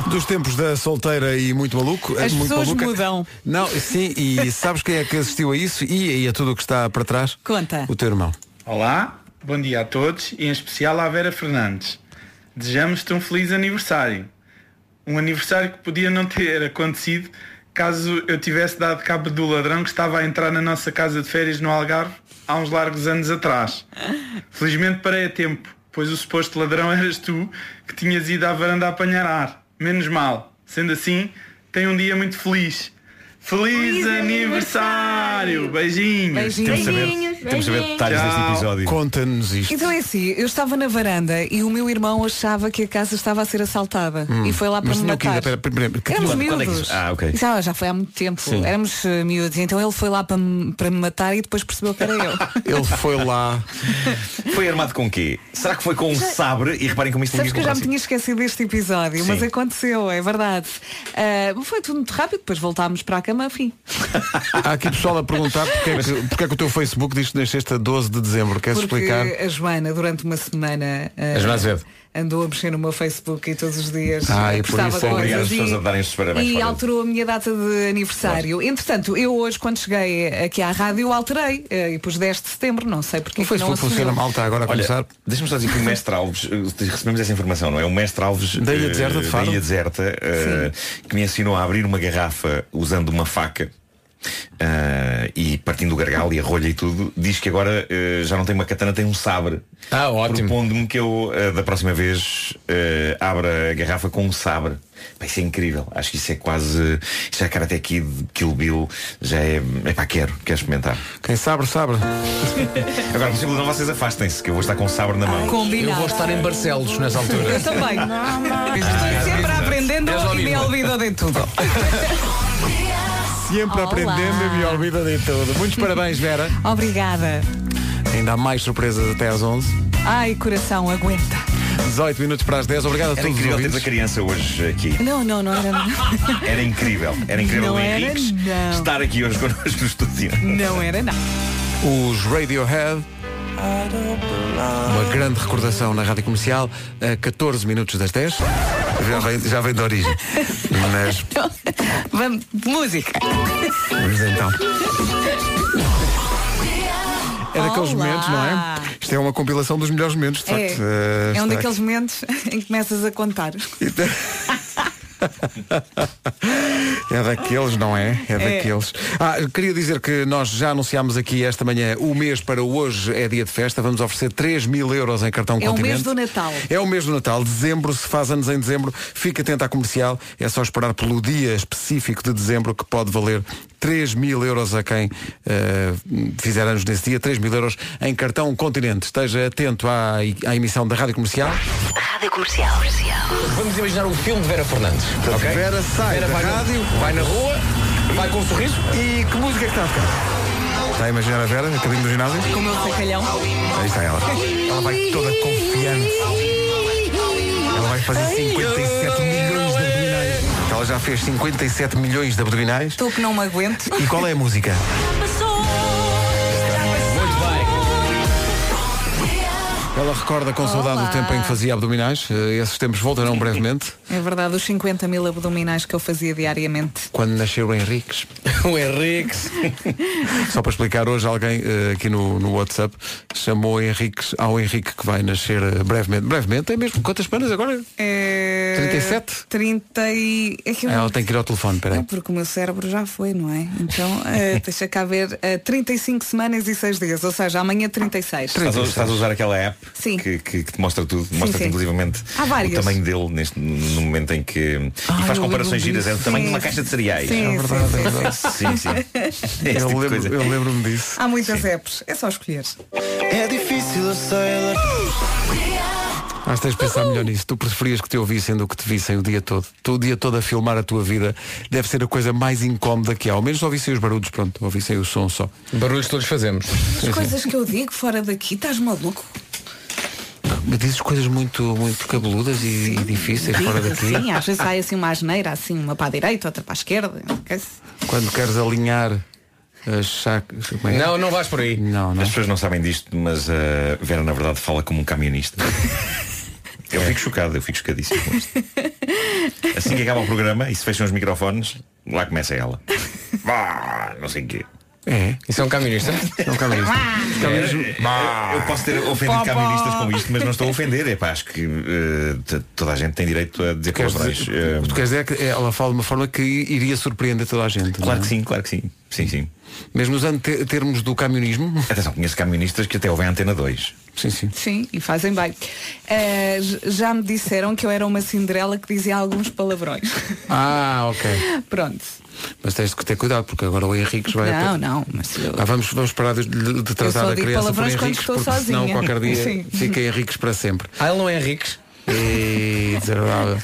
Dos tempos da solteira e muito maluco. eh, As muito pessoas maluca. mudam. Não, sim, e sabes quem é que assistiu a isso e, e a tudo o que está para trás? Conta. O teu irmão. Olá, bom dia a todos e em especial à Vera Fernandes. Desejamos-te um feliz aniversário. Um aniversário que podia não ter acontecido caso eu tivesse dado cabo do ladrão que estava a entrar na nossa casa de férias no Algarve há uns largos anos atrás. Felizmente parei a tempo, pois o suposto ladrão eras tu que tinhas ido à varanda apanhar ar. Menos mal. Sendo assim, tem um dia muito feliz. Feliz, aniversário! Beijinhos! Beijinhos. Temos de saber- Beijinhos. temos de saber Beijinhos. detalhes deste Tchau. episódio. Conta-nos isto. Então é assim, eu estava na varanda e o meu irmão achava que a casa estava a ser assaltada Hum. e foi lá para Mas me tinha o quê? matar. Espera, espera, espera, que- Éramos quando- quando é que miúdos. isso- Ah, ok. Isso já, já foi há muito tempo. Sim. Éramos eh, miúdos. Então ele foi lá para me, para me matar e depois percebeu que era eu. Ele foi lá. Foi armado com o quê? Será que foi com um Já- sabre? E reparem como isto é um Sabes liga que com eu já o me tinha esquecido deste episódio, mas Sim. aconteceu, é verdade. Ah, foi tudo muito rápido, depois voltámos para a cama, fim. Há aqui pessoal a perguntar porque é que, porque é que o teu Facebook diz que nasceste a 12 de dezembro. Queres Porque explicar? a Joana, durante uma semana, ah, A Joana Azevedo. andou a mexer no meu Facebook e todos os dias Ah, ah, e por postava isso é que- coisas Obrigado às e- pessoas a darem estes parabéns E fora. alterou a minha data de aniversário. Entretanto, eu hoje, quando cheguei aqui à rádio, alterei eh, e pus 10 de setembro, não sei porque é que não assumiu. está agora a começar. Deixa-me só dizer que o mestre Alves, eh, recebemos essa informação, não é? O mestre Alves Da Ilha eh, Deserta, de da Faro. Ilha Deserta, eh, que me ensinou a abrir uma garrafa usando uma faca. eh, e partindo o gargalo e a rolha e tudo diz que agora eh, já não tem uma katana tem um sabre ah, ótimo. propondo-me que eu eh, da próxima vez eh, abra a garrafa com um sabre Pá, isso é incrível acho que isso é quase isso é Karate Kid Kill Bill já é é pá quero quero experimentar Quem sabe, sabe. Agora, por não vocês afastem-se, que eu vou estar com o sabre na mão. Eu vou estar em Barcelos nessa altura. Eu também. Estou sempre Tá aprendendo e me olvido de tudo. Sempre Olá. aprendendo e me olvida de tudo. Muitos parabéns, Vera. Obrigada. Ainda há mais surpresas até às 11. Ai, coração, aguenta. 19 18 minutos para as 10. Obrigado a Era todos os incrível ouvintes. termos a criança hoje aqui. Não, não, não era. Era incrível. Era incrível Não o era, Henriques não. estar aqui hoje connosco no estúdio. Não era, não. Os Radiohead. Uma grande recordação na rádio comercial, a 14 minutos das 10. Já vem, já vem de origem. Mas, Vamos, música. mas então. É daqueles Olá. momentos, não é? Isto é uma compilação dos melhores momentos, de É, facto. Eh, é um está daqueles momentos em que começas a contar. É daqueles, não é? É É. daqueles. Ah, queria dizer que nós já anunciámos aqui esta manhã o mês para hoje é dia de festa. Vamos oferecer 3 mil euros em cartão É o Então, continente. mês do Natal. É o mês do Natal, dezembro, se faz anos em dezembro, fica atento à comercial, é só esperar pelo dia específico de dezembro que pode valer 3 mil euros a quem eh, fizer anos nesse dia, 3 mil euros em cartão continente. Esteja atento à, à emissão da Rádio Comercial. Rádio Comercial. Vamos imaginar um filme de Vera Fernandes. ok? Vera sai da vai, rádio. Na, vai na rua, vai com um sorriso. E que música é que está a Está a imaginar a Vera, a caminho do ginásio? Com o meu sacalhão. Aí está ela. Ela vai toda confiante. Ela vai fazer 57 milhões de abdominais. Ela já fez 57 milhões de abdominais. Tu que não me aguento. E qual é a música? Ela recorda com saudade o tempo em que fazia abdominais. Eh, Esses tempos voltarão brevemente. É verdade, os 50 mil abdominais que eu fazia diariamente. Eh, Quando nasceu o Henriques. o Henriques. Só para explicar, hoje alguém eh, aqui no, no WhatsApp chamou Henriques ao Henrique que vai nascer eh, brevemente. Brevemente, é mesmo? Quantas semanas agora? É... 37? 30 e... é que eu- Ah, Ela tem que ir ao telefone, É. peraí. Não, porque o meu cérebro já foi, não é? Então, eh, deixa cá ver, eh, 35 semanas e 6 dias, ou seja, amanhã 36. Estás a, estás a usar aquela app Sim. que, que- que te mostra tudo, mostra sim. inclusivamente Há o várias. tamanho dele neste, no momento em que. Ah, e faz eu comparações lembro-me giras, é o disso. tamanho de uma Sim. caixa de cereais. Sim, É verdade, sim, é verdade. Sim, sim. É esse tipo de Eu coisa. lembro- eu lembro-me disso. Há muitas apps, é só escolher. É difícil, eu sei. é Mas tens de pensar melhor nisso. Tu preferias que te ouvissem do que te vissem o dia todo. Tu o dia todo a filmar a tua vida deve ser a coisa mais incómoda que há. Ao menos ouvissem os barulhos, pronto, ouvissem o som só. Barulhos todos fazemos. As coisas que eu digo fora daqui, estás maluco? Mas dizes coisas muito, muito cabeludas e, e é difíceis fora daqui. Sim, às vezes sai assim uma asneira, assim, uma para a direita, outra para a esquerda. Quando queres alinhar as chacas. como é? não vais por aí. Não, As pessoas não sabem disto, mas a Vera na verdade fala como um camionista. Eu fico chocado, eu fico chocadíssimo com isto. Assim que acaba o programa e se fecham os microfones, lá começa ela. Bah, não sei o quê. É. Isso é um camionista? É um camionista. É, Eu posso ter ofendido camionistas com isto, mas não estou a ofender. Epá, acho que eh, t- toda a gente tem direito a dizer Queres palavrões. dizer, tu queres dizer é que ela fala de uma forma que iria surpreender toda a gente. Claro não é? que sim, claro que sim. Sim, sim. Mesmo usando te- termos do camionismo. Atenção, conheço camionistas que até ouvem a antena 2. Sim, sim. Sim, e fazem bem. Eh, j- já me disseram que eu era uma Cinderela que dizia alguns palavrões. Ah, ok. Pronto. Mas tens que ter cuidado, porque agora o Henriques vai. Não, não, Ah, vamos, vamos parar de, de- de Eu tratar só a digo criança por palavrões quando Henriques, estou porque senão sozinha. qualquer dia Sim. fica Henriques para sempre. Ah, ele não é Henriques? E desagradável.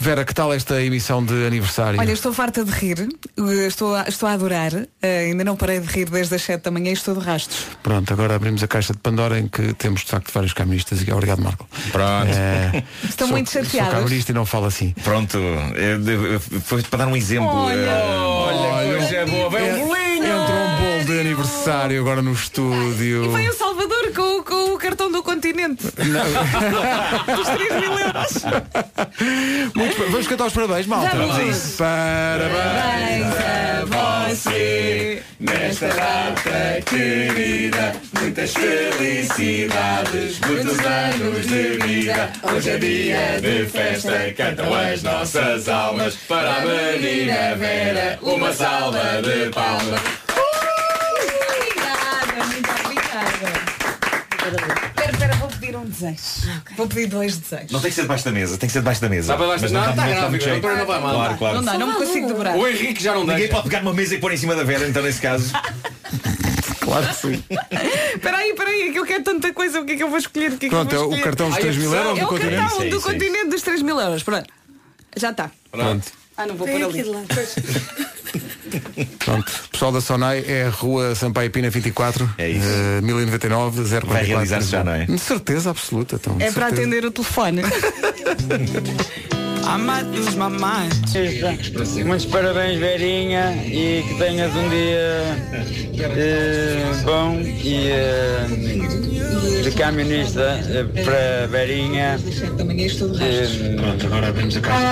Vera, que tal esta emissão de aniversário? Olha, estou farta de rir, eh, estou a, estou a adorar, eh, ainda não parei de rir desde as 7 da manhã e estou de rastros. Pronto, agora abrimos a caixa de Pandora em que temos de facto vários caministas. Obrigado, Marco. Pronto. É, Estão sou- muito Sou chateadas. camionista e não falo assim. Pronto, eh, de- foi para dar um exemplo. Eh, Olha, hoje é boa. Vem um bolinho. Entrou um bolo de aniversário agora no estúdio. Foi o Salvador com, o- com o cartão do continente. Os 3 mil euros. Muito bem, vamos cantar os parabéns, malta. Vamos a isso. Parabéns. Você, nesta data querida, muitas felicidades, muitos anos de vida. Hoje é dia de festa, cantam as nossas almas. Para a menina Vera, uma salva de palmas. Obrigada, muito obrigada. Espera, espera, vou pedir um desejo. Vou pedir dois desejos. Não tem que ser debaixo da mesa, tem que ser debaixo da mesa. Dá para baixo- Mas não, dá- tá dá grave, muito não jeito. para- não vai mal. Claro, claro. Não dá, não me consigo dobrar. O Henrique já não Ninguém deixa. pode pegar numa mesa e pôr em cima da Vera, então nesse caso. claro que sim. Espera aí, espera aí, que eu quero tanta coisa, o que é que eu vou escolher? O que é que Pronto, eu é o vou escolher? cartão dos Ai, 3.000 é euros É do o continente? cartão Sim, do sim. continente dos 3 mil euros, pronto. Já está. é Pronto. Ah, não vou pôr ali. Pronto, pessoal da Sonai é a rua Sampaio Pina 24, é isso. 1099, 044. Vai realizar-se já, não é? De certeza absoluta. Então, de É para certeza. atender o telefone. I might lose my mind. Muitos parabéns, Verinha, e que tenhas um dia eh, bom e eh, de camionista eh, para Verinha. Pronto, agora abrimos a casa.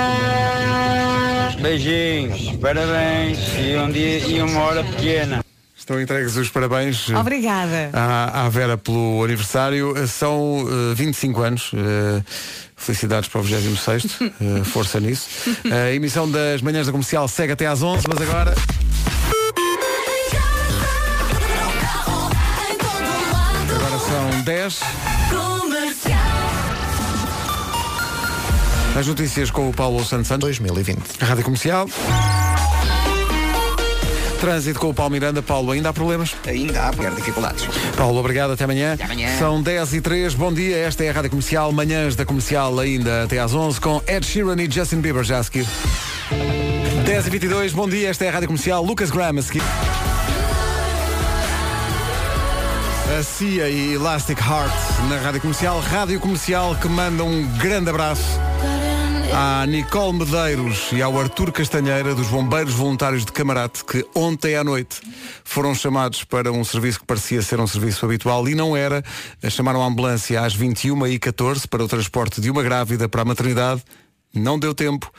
Beijinhos, parabéns e um dia e uma hora pequena. Estão entregues os parabéns. eh, Obrigada. à, à Vera pelo aniversário. Eh, São eh, 25 anos. eh, felicidades para o 26 eh, Força nisso. Eh, A emissão das manhãs da comercial segue até às 11, mas agora. Agora são 10. As notícias com o Paulo Santos Santos. 2020. Rádio Comercial. Trânsito com o Paulo Miranda. Paulo, ainda há problemas? Ainda há quer dificuldades. Paulo, obrigado, até amanhã. amanhã. São 10 e 3 bom dia, esta é a Rádio Comercial, manhãs da Comercial ainda até às 11 com Ed Sheeran e Justin Bieber já a seguir. 10 e 22 bom dia, esta é a Rádio Comercial, Lucas Graham a seguir. A CIA e Elastic Heart na Rádio Comercial, Rádio Comercial que manda um grande abraço à Nicole Medeiros e ao Artur Castanheira dos Bombeiros Voluntários de Camarate que ontem à noite foram chamados para um serviço que parecia ser um serviço habitual e não era. Chamaram a ambulância às 21h14 para o transporte de uma grávida para a maternidade. Não deu tempo.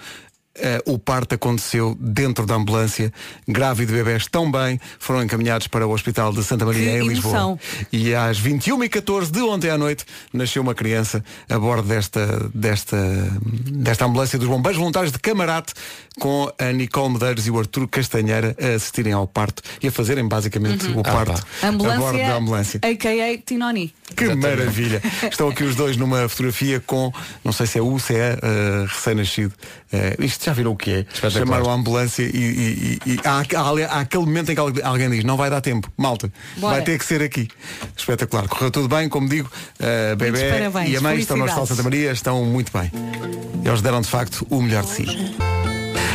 Eh, o parto aconteceu dentro da ambulância. Grávido e bebés tão bem foram encaminhados para o Hospital de Santa Maria Que em Lisboa. emoção. E às 21h14 de ontem à noite nasceu uma criança a bordo desta, desta, desta ambulância dos bombeiros voluntários de Camarate com a Nicole Medeiros e o Arturo Castanheira a assistirem ao parto e a fazerem basicamente Uhum. o Ah, parto a bordo Ambulância, da ambulância. a.k.a. Tinoni. Que maravilha! Estão aqui os dois numa fotografia com, não sei se é U, se é eh, recém-nascido. Eh, isto já viram o que é? Espetacular. Chamaram a ambulância e, e- e- e há, há- há aquele momento em que algu- alguém diz, não vai dar tempo, malta, Bora." vai ter que ser aqui. Espetacular. Correu tudo bem, como digo, eh, bebê parabéns, e a mãe estão no Hospital felicidades. Santa Maria, estão muito bem. Eles deram de facto o melhor de si.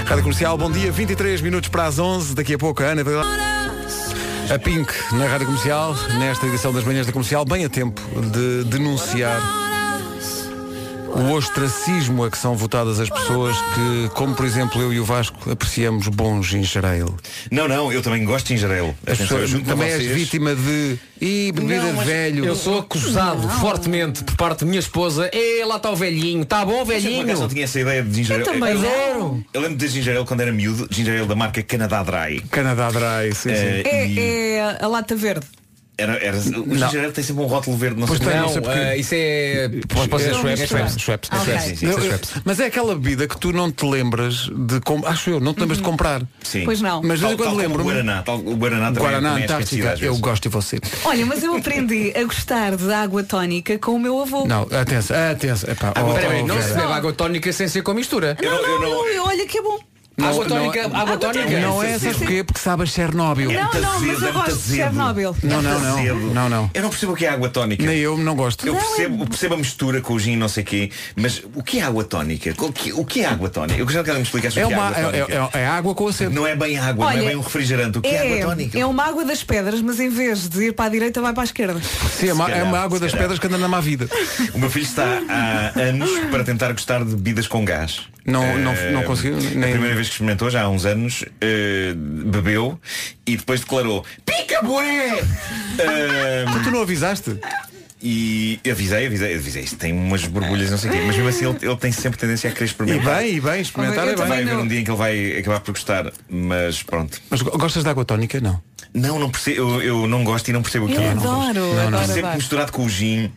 Rádio Comercial, bom dia, 23 minutos para as 11, daqui a pouco a Ana. vai lá. A Pink na Rádio Comercial, nesta edição das manhãs da comercial, bem a tempo de denunciar o ostracismo a que são votadas as pessoas que, como por exemplo eu e o Vasco, apreciamos bons ginger ale. Não, não, eu também gosto de Ingerelo. As pessoas também és vítima de. Ih, bebida de velho. Eu sou acusado fortemente por parte da minha esposa. Ei, lá está o velhinho. Tá bom, Eu por acaso, velhinho? não tinha essa ideia de ginger ale. Eu também eu, adoro. eu lembro de ginger ale quando era miúdo, ginger ale da marca Canadá Dry. Eh, Canadá Dry, sim, É, é a lata verde. Era, era, o ginger ale tem sempre um rótulo verde, não Pois sei tem, porquê. não sei porquê. eh, isso é. Pode, pode ser É Schweppes. um Schweppes. misto. Schweppes. Ah, Schweppes, ok. sim, Não, sim, eu- Schweppes. mas é aquela bebida que tu não te lembras de com- acho eu, não te lembras de comprar. Sim. Pois não. Mas de vez Tal- em quando tal como lembro. o Guaraná, tal- o Guaraná também- Guaraná também é esquecido Antártica, às eu vezes. gosto de você. Olha, mas eu aprendi a gostar de água tónica com o meu avô. Não, atenção, atenção. Epá, Água oh, tónica, oh, não se Vera. bebe água tónica sem ser com mistura. não, não, eu- olha que é bom. Não, Água não, é- tónica- água água tónica. tónica. Não é, Sim, sabes sim. porquê? Porque sabe a Chernobyl. Não, não, mas eu gosto de Chernobyl. Não, não, não. não, não. Eu não percebo o que é água tónica. Nem eu não gosto. Eu percebo, eu percebo a mistura com o gin, não sei quê, mas o que é água tónica? Qual que- O que é água tónica? Eu já quero me explicar sobre É o que é uma- água tónica. é- é- é água com acento. Não é bem água, não é Olha, bem um refrigerante. O que é, água tónica? é uma água das pedras, mas em vez de ir para a direita vai para a esquerda. Sim, é, uma, é uma água das pedras que anda na má vida. O meu filho está há anos para tentar gostar de bebidas com gás. Não- não- Eh, não conseguiu, A nem- primeira vez que experimentou, já há uns anos, eh, bebeu e depois declarou Pica Boré! tu não avisaste? E avisei, avisei, avisei, isto tem umas borbulhas, não sei o quê, mas mesmo assim ele, ele tem sempre tendência a querer experimentar. E bem, e bem, experimentar Eu é bem. Vai também haver não. um dia em que ele vai acabar por gostar, mas pronto. Mas go- gostas de água tónica? Não. Não, não percebo, eu, eu não gosto e não percebo o que Eu é. adoro, não, adoro, Percebo adoro. que misturado com o gin.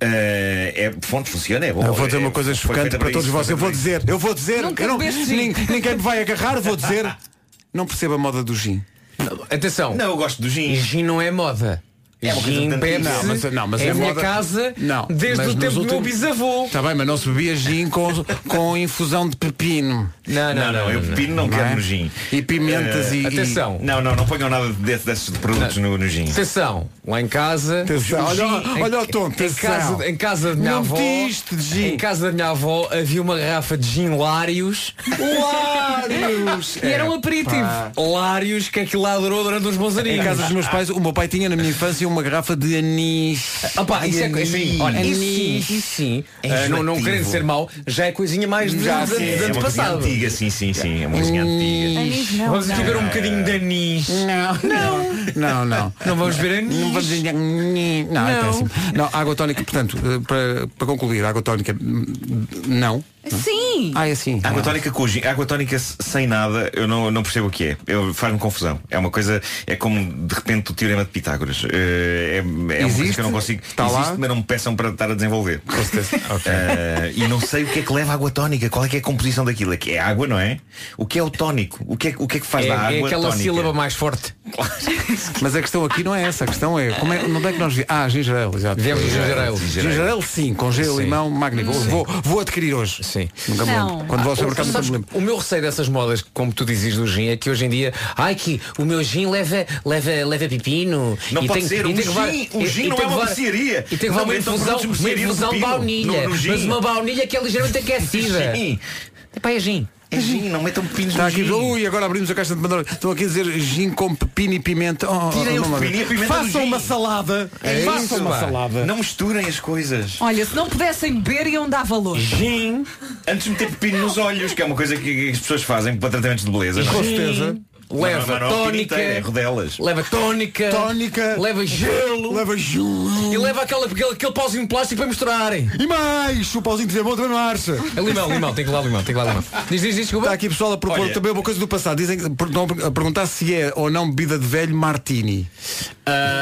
eh, é fonte funciona, é bom. Eu vou dizer uma é- coisa foi chocante feita para todos isso, vocês. foi Eu vou feita dizer, eu vou dizer, Nunca eu não, bebeste nin- gin. ninguém me vai agarrar, vou dizer. Não percebo a moda do gin. Atenção. Não, eu gosto do gin. Gin não é moda. É uma coisa gin de- bebe Não, mas- não, mas em é minha moda- casa Não, desde mas o nos tempo do meu últimos- bisavô. Está bem, mas não se bebia gin com, com infusão de pepino. Não, não, não, eu pepino não, quero é? no gin. E pimentas Eh, e. e- Não, não, não ponham nada de- desses, desses produtos no, no gin. Atenção, Lá em casa. Atenção, o Gi- olha- em- olha o tom, Em atenção. casa, em casa da minha Não avó. diste, Gi. Em casa da minha avó havia uma garrafa de gin Lários. Lários! E era um aperitivo. Pá. Lários que aquilo lá durou durante uns bons aninhos. Em casa dos meus pais, o meu pai tinha na minha infância uma garrafa de anis. Ah, pá, isso é Ai, coisa. anis. Olha, isso sim, Anis. isso sim. É Ah, não, não enjoativo. querendo ser mau, já é coisinha mais de, Já, de, sim, de é uma coisinha passado. antiga, sim, sim, sim. É uma coisinha antiga. Anis não, Vamos não. beber um bocadinho de anis. Não, não. Não, não. Não vamos ver anis. Não vamos ver anis. Não, é Não. péssimo. Não, água tónica, portanto, eh, para, para concluir, água tónica, hum, não. Sim! Ah, é assim. Água tónica com gin. Água tónica s- sem nada, eu não, não percebo o que é. Eu- Faz-me confusão. É uma coisa, é como de repente o teorema de Pitágoras. Eh, É, é uma coisa Existe? que eu não consigo. Está lá? existe, Tá mas não me peçam para estar a desenvolver. Eh, e não sei o que é que leva água tónica, qual é que é a composição daquilo. É que é água, não é? O que é o tónico? O que é, o que, é que faz É, da água? é aquela tónica? sílaba mais forte. Mas a questão aqui não é essa, a questão é, como é onde é que nós vi- Ah, ginger ale, exato. Viemos do ginger ale. Ginger ale, sim, com gelo, Sim. limão, magnífico. Sim. Vou, vou adquirir hoje. Sim. Nunca me lembro. Quando vou ao Ah, supermercado, nunca sabes, me lembro. o meu receio dessas modas, como tu dizes do gin, é que hoje em dia, ai que o meu gin leva, leva, leva pepino. Não e pode tem, ser, e um tem que levar- gin- um e- gin e não tem é que uma levar- mercearia. E tem que Não, levar uma então infusão, produz uma mercearia do infusão de pepino, baunilha. no- no gin. mas uma baunilha que é ligeiramente aquecida. Sim. Epá, é gin. É gin, não metam pepinos Está no aqui, gin. ui, agora abrimos a caixa de Pandora. Estão aqui a dizer gin com pepino e pimenta. Oh, Tirem não, o não, pepino e a pimenta Façam do gin. uma salada. É Façam isso, uma pá. salada. Não misturem as coisas. Olha, se não pudessem beber, iam dar valor. Gin. Antes de meter pepino nos olhos, que é uma coisa que que as pessoas fazem para tratamentos de beleza. não é? Com certeza. Não, Leva não, não, não, é o pepino tónica. inteiro, É rodelas. Leva tónica, tónica, leva gelo, leva gelo e leva aquele, aquele, aquele pauzinho de plástico para misturarem. E mais, o pauzinho de vermelho também marcha. É limão, limão, tem que lá limão, tem que lá limão. Diz, diz, diz, desculpa. Está aqui pessoal a propor Olha. também uma coisa do passado. Dizem que estão a perguntar se é ou não bebida de velho martini. Ah,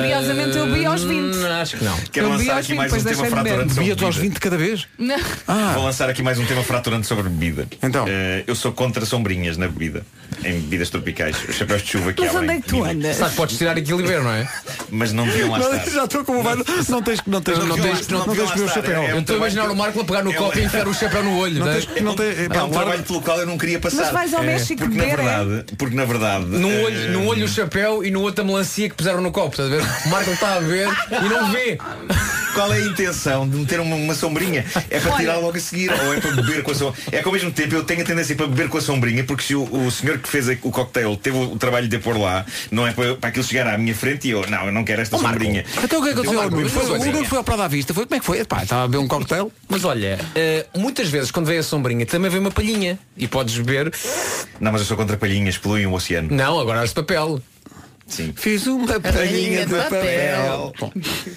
Curiosamente, eu bebi aos 20. Hum, Acho que não. Quero Eu vi lançar aos aqui vinte, mais um depois tema deixei-me fraturante sobre Bebia-te aos bebida. 20 cada vez? Não. Ah. Vou lançar aqui mais um tema fraturante sobre bebida. Então. eu sou contra sombrinhas na bebida. Em bebidas tropicais. Os chapéus de chuva que Mas há onde bem. é que tu andas? Sabe, podes tirar aquilo e ver, não é? Mas não deviam lá Não, estar. já estou com o velho. Não tens que não tens Não não deviam tens lá- não não tens deviam que beber o lá estar, chapéu. é- é Eu um estou a imaginar trabalho- o Marco a pegar no é copo um- e enfiar o chapéu no olho. Não tá? tens- não tens- é, É pá, um guarda- trabalho pelo qual eu não queria passar. vais ao É. México porque, na beber, é? verdade, porque na verdade. Num eh, olho, num olho o chapéu e no outro a melancia que puseram no copo, estás a ver? O Marco está a ver e não vê. Qual é a intenção de meter uma, uma sombrinha? É para Olha. tirar logo a seguir ou é para beber com a sombrinha? É que ao mesmo tempo eu tenho a tendência para beber com a sombrinha porque se o, o senhor que fez o cocktail teve o, o trabalho de a pôr lá, não é para, para aquilo chegar à minha frente e eu, não, eu não quero esta sombrinha. Então o que é que aconteceu ao Nuno? mas Foi- uma O coisa. Nuno foi ao Prado à Vista. Foi como é que foi? Epá, estava a beber um cocktail. Mas olha, eh, muitas vezes quando vem a sombrinha também vem uma palhinha e podes beber. Não, mas eu sou contra palhinhas, poluem o oceano. Não, agora as de papel. Sim. Fiz uma palhinha de papel. Bom,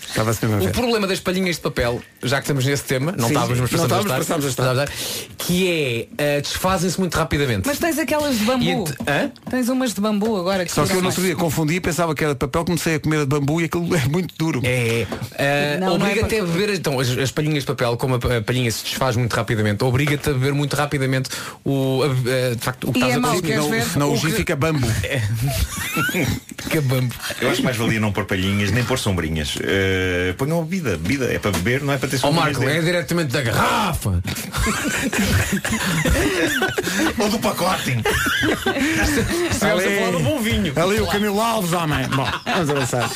Estava-se mesmo a um O ver. problema das palhinhas de papel, já que estamos nesse tema, não Sim, estávamos, mas não passamos, estávamos, passámos a a estar, que é, eh, desfazem-se muito rapidamente. Mas tens aquelas de E bambu. ent- Hã? Tens umas de bambu agora. Só que eu fizeram no outro mais. dia confundi e pensava que era de papel, comecei a comer de bambu e aquilo é muito duro. Eh, É, é. Ah, Não, não obriga-te é a beber então, as, as palhinhas de papel, como a, a palhinha se desfaz muito rapidamente, obriga-te a beber muito rapidamente o, a- a- de facto, o que E estás é a mau, consumir. queres Não- ver? Senão o o gin que- É. fica bambu. Fica bambu. Eu acho que mais valia não pôr palhinhas nem pôr sombrinhas. Eh, ponham a bebida. Bebida é para beber, não é para ter Ó sombrinhas. Marco, é dentro. diretamente da garrafa. Ou do pacote. é Estivemos a falar do bom vinho. Ali o Camilo Alves, homem. Bom, vamos avançar.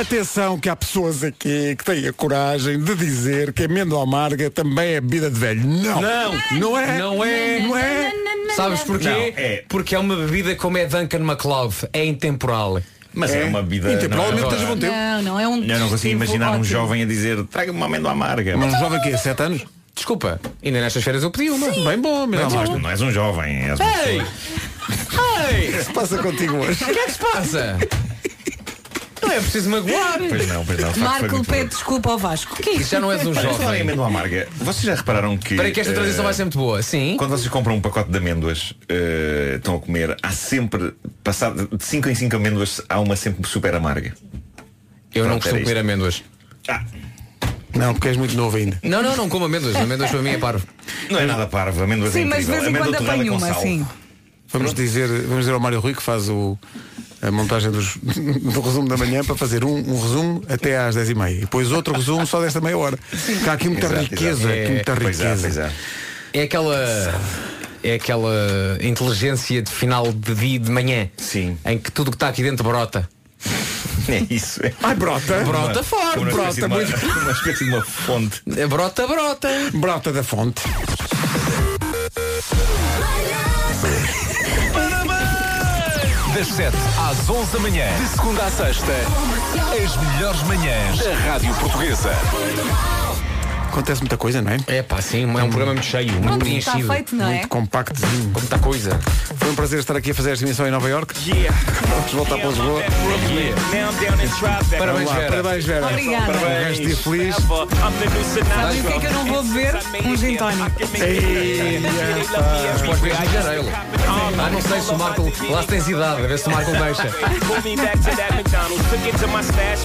Atenção que há pessoas aqui que têm a coragem de dizer que amêndoa amarga também é bebida de velho. Não! Não. Não é? Não é. Não é? Sabes porquê? Não, é. Porque é uma bebida como é Duncan MacLeod, é intemporal. Mas é, É. uma bebida. Então, não é provavelmente uma- tens bom tempo. Não, não, é um. Eu não consigo digestivo imaginar um ótimo. jovem a dizer traga-me uma amêndoa amarga. Mas um jovem aqui, 7 anos? Desculpa, ainda nestas férias eu pedi uma. Bem bom, amêndoa Mas amarga. tu não és um jovem, és uma Ei! pessoa. é Ei! O que se passa contigo hoje? O que é que se passa? Não é preciso magoar. Pois não, pois não. de facto, foi Marco muito pede bom. desculpa ao Vasco. Que é Isso isto? já não és um Olha, falar em jovem. amêndoa amarga, vocês já repararam que. Para que esta eh, transição vai ser muito boa. Sim. Quando vocês compram um pacote de amêndoas, eh, estão a comer, há sempre, passado de 5 em 5 amêndoas, há uma sempre super amarga. Eu Pronto, não era costumo comer amêndoas. Ah, Não, porque és muito novo ainda. Não, não, não como amêndoas. Amêndoas para mim é parvo. não é nada parvo, amêndoas é Sim, mas de incrível. vez em Amêndoa quando torrada apanho com uma, sal. sim. Vamos dizer, vamos dizer ao Mário Rui que faz o, a montagem dos- do resumo da manhã para fazer um, um resumo até às 10 e meia. E depois outro resumo só desta meia hora. Cá há aqui muita Exato, riqueza, exato. aqui muita Pois é, riqueza. pois é. É aquela. É aquela inteligência de final de dia e de manhã. Sim. Em que tudo o que está aqui dentro brota. É isso. É. Ai, brota. Brota forte, uma espécie brota de Uma, uma espécie de uma fonte. É, Brota, brota. Brota da fonte. Das 7 às 11 da manhã, de segunda à sexta, as melhores manhãs da Rádio Portuguesa. Acontece muita coisa, não é? É pá, sim, é um programa muito cheio, muito Pronto, está preenchido. feito, não é? Muito compactozinho. Com muita coisa. Foi um prazer estar aqui a fazer esta emissão em Nova York. Vamos voltar para Lisboa. Parabéns, Vamos lá. Vera. Parabéns, Vera. Obrigada. Parabéns. Dia feliz. Sabem o que é que eu não vou beber? Um gin tónico. Pós vezes em janeiro. Ah, não sei se o Marco. Lá se tens idade, a ver se o Marco deixa. Back to that McDonald's, took it to my stash.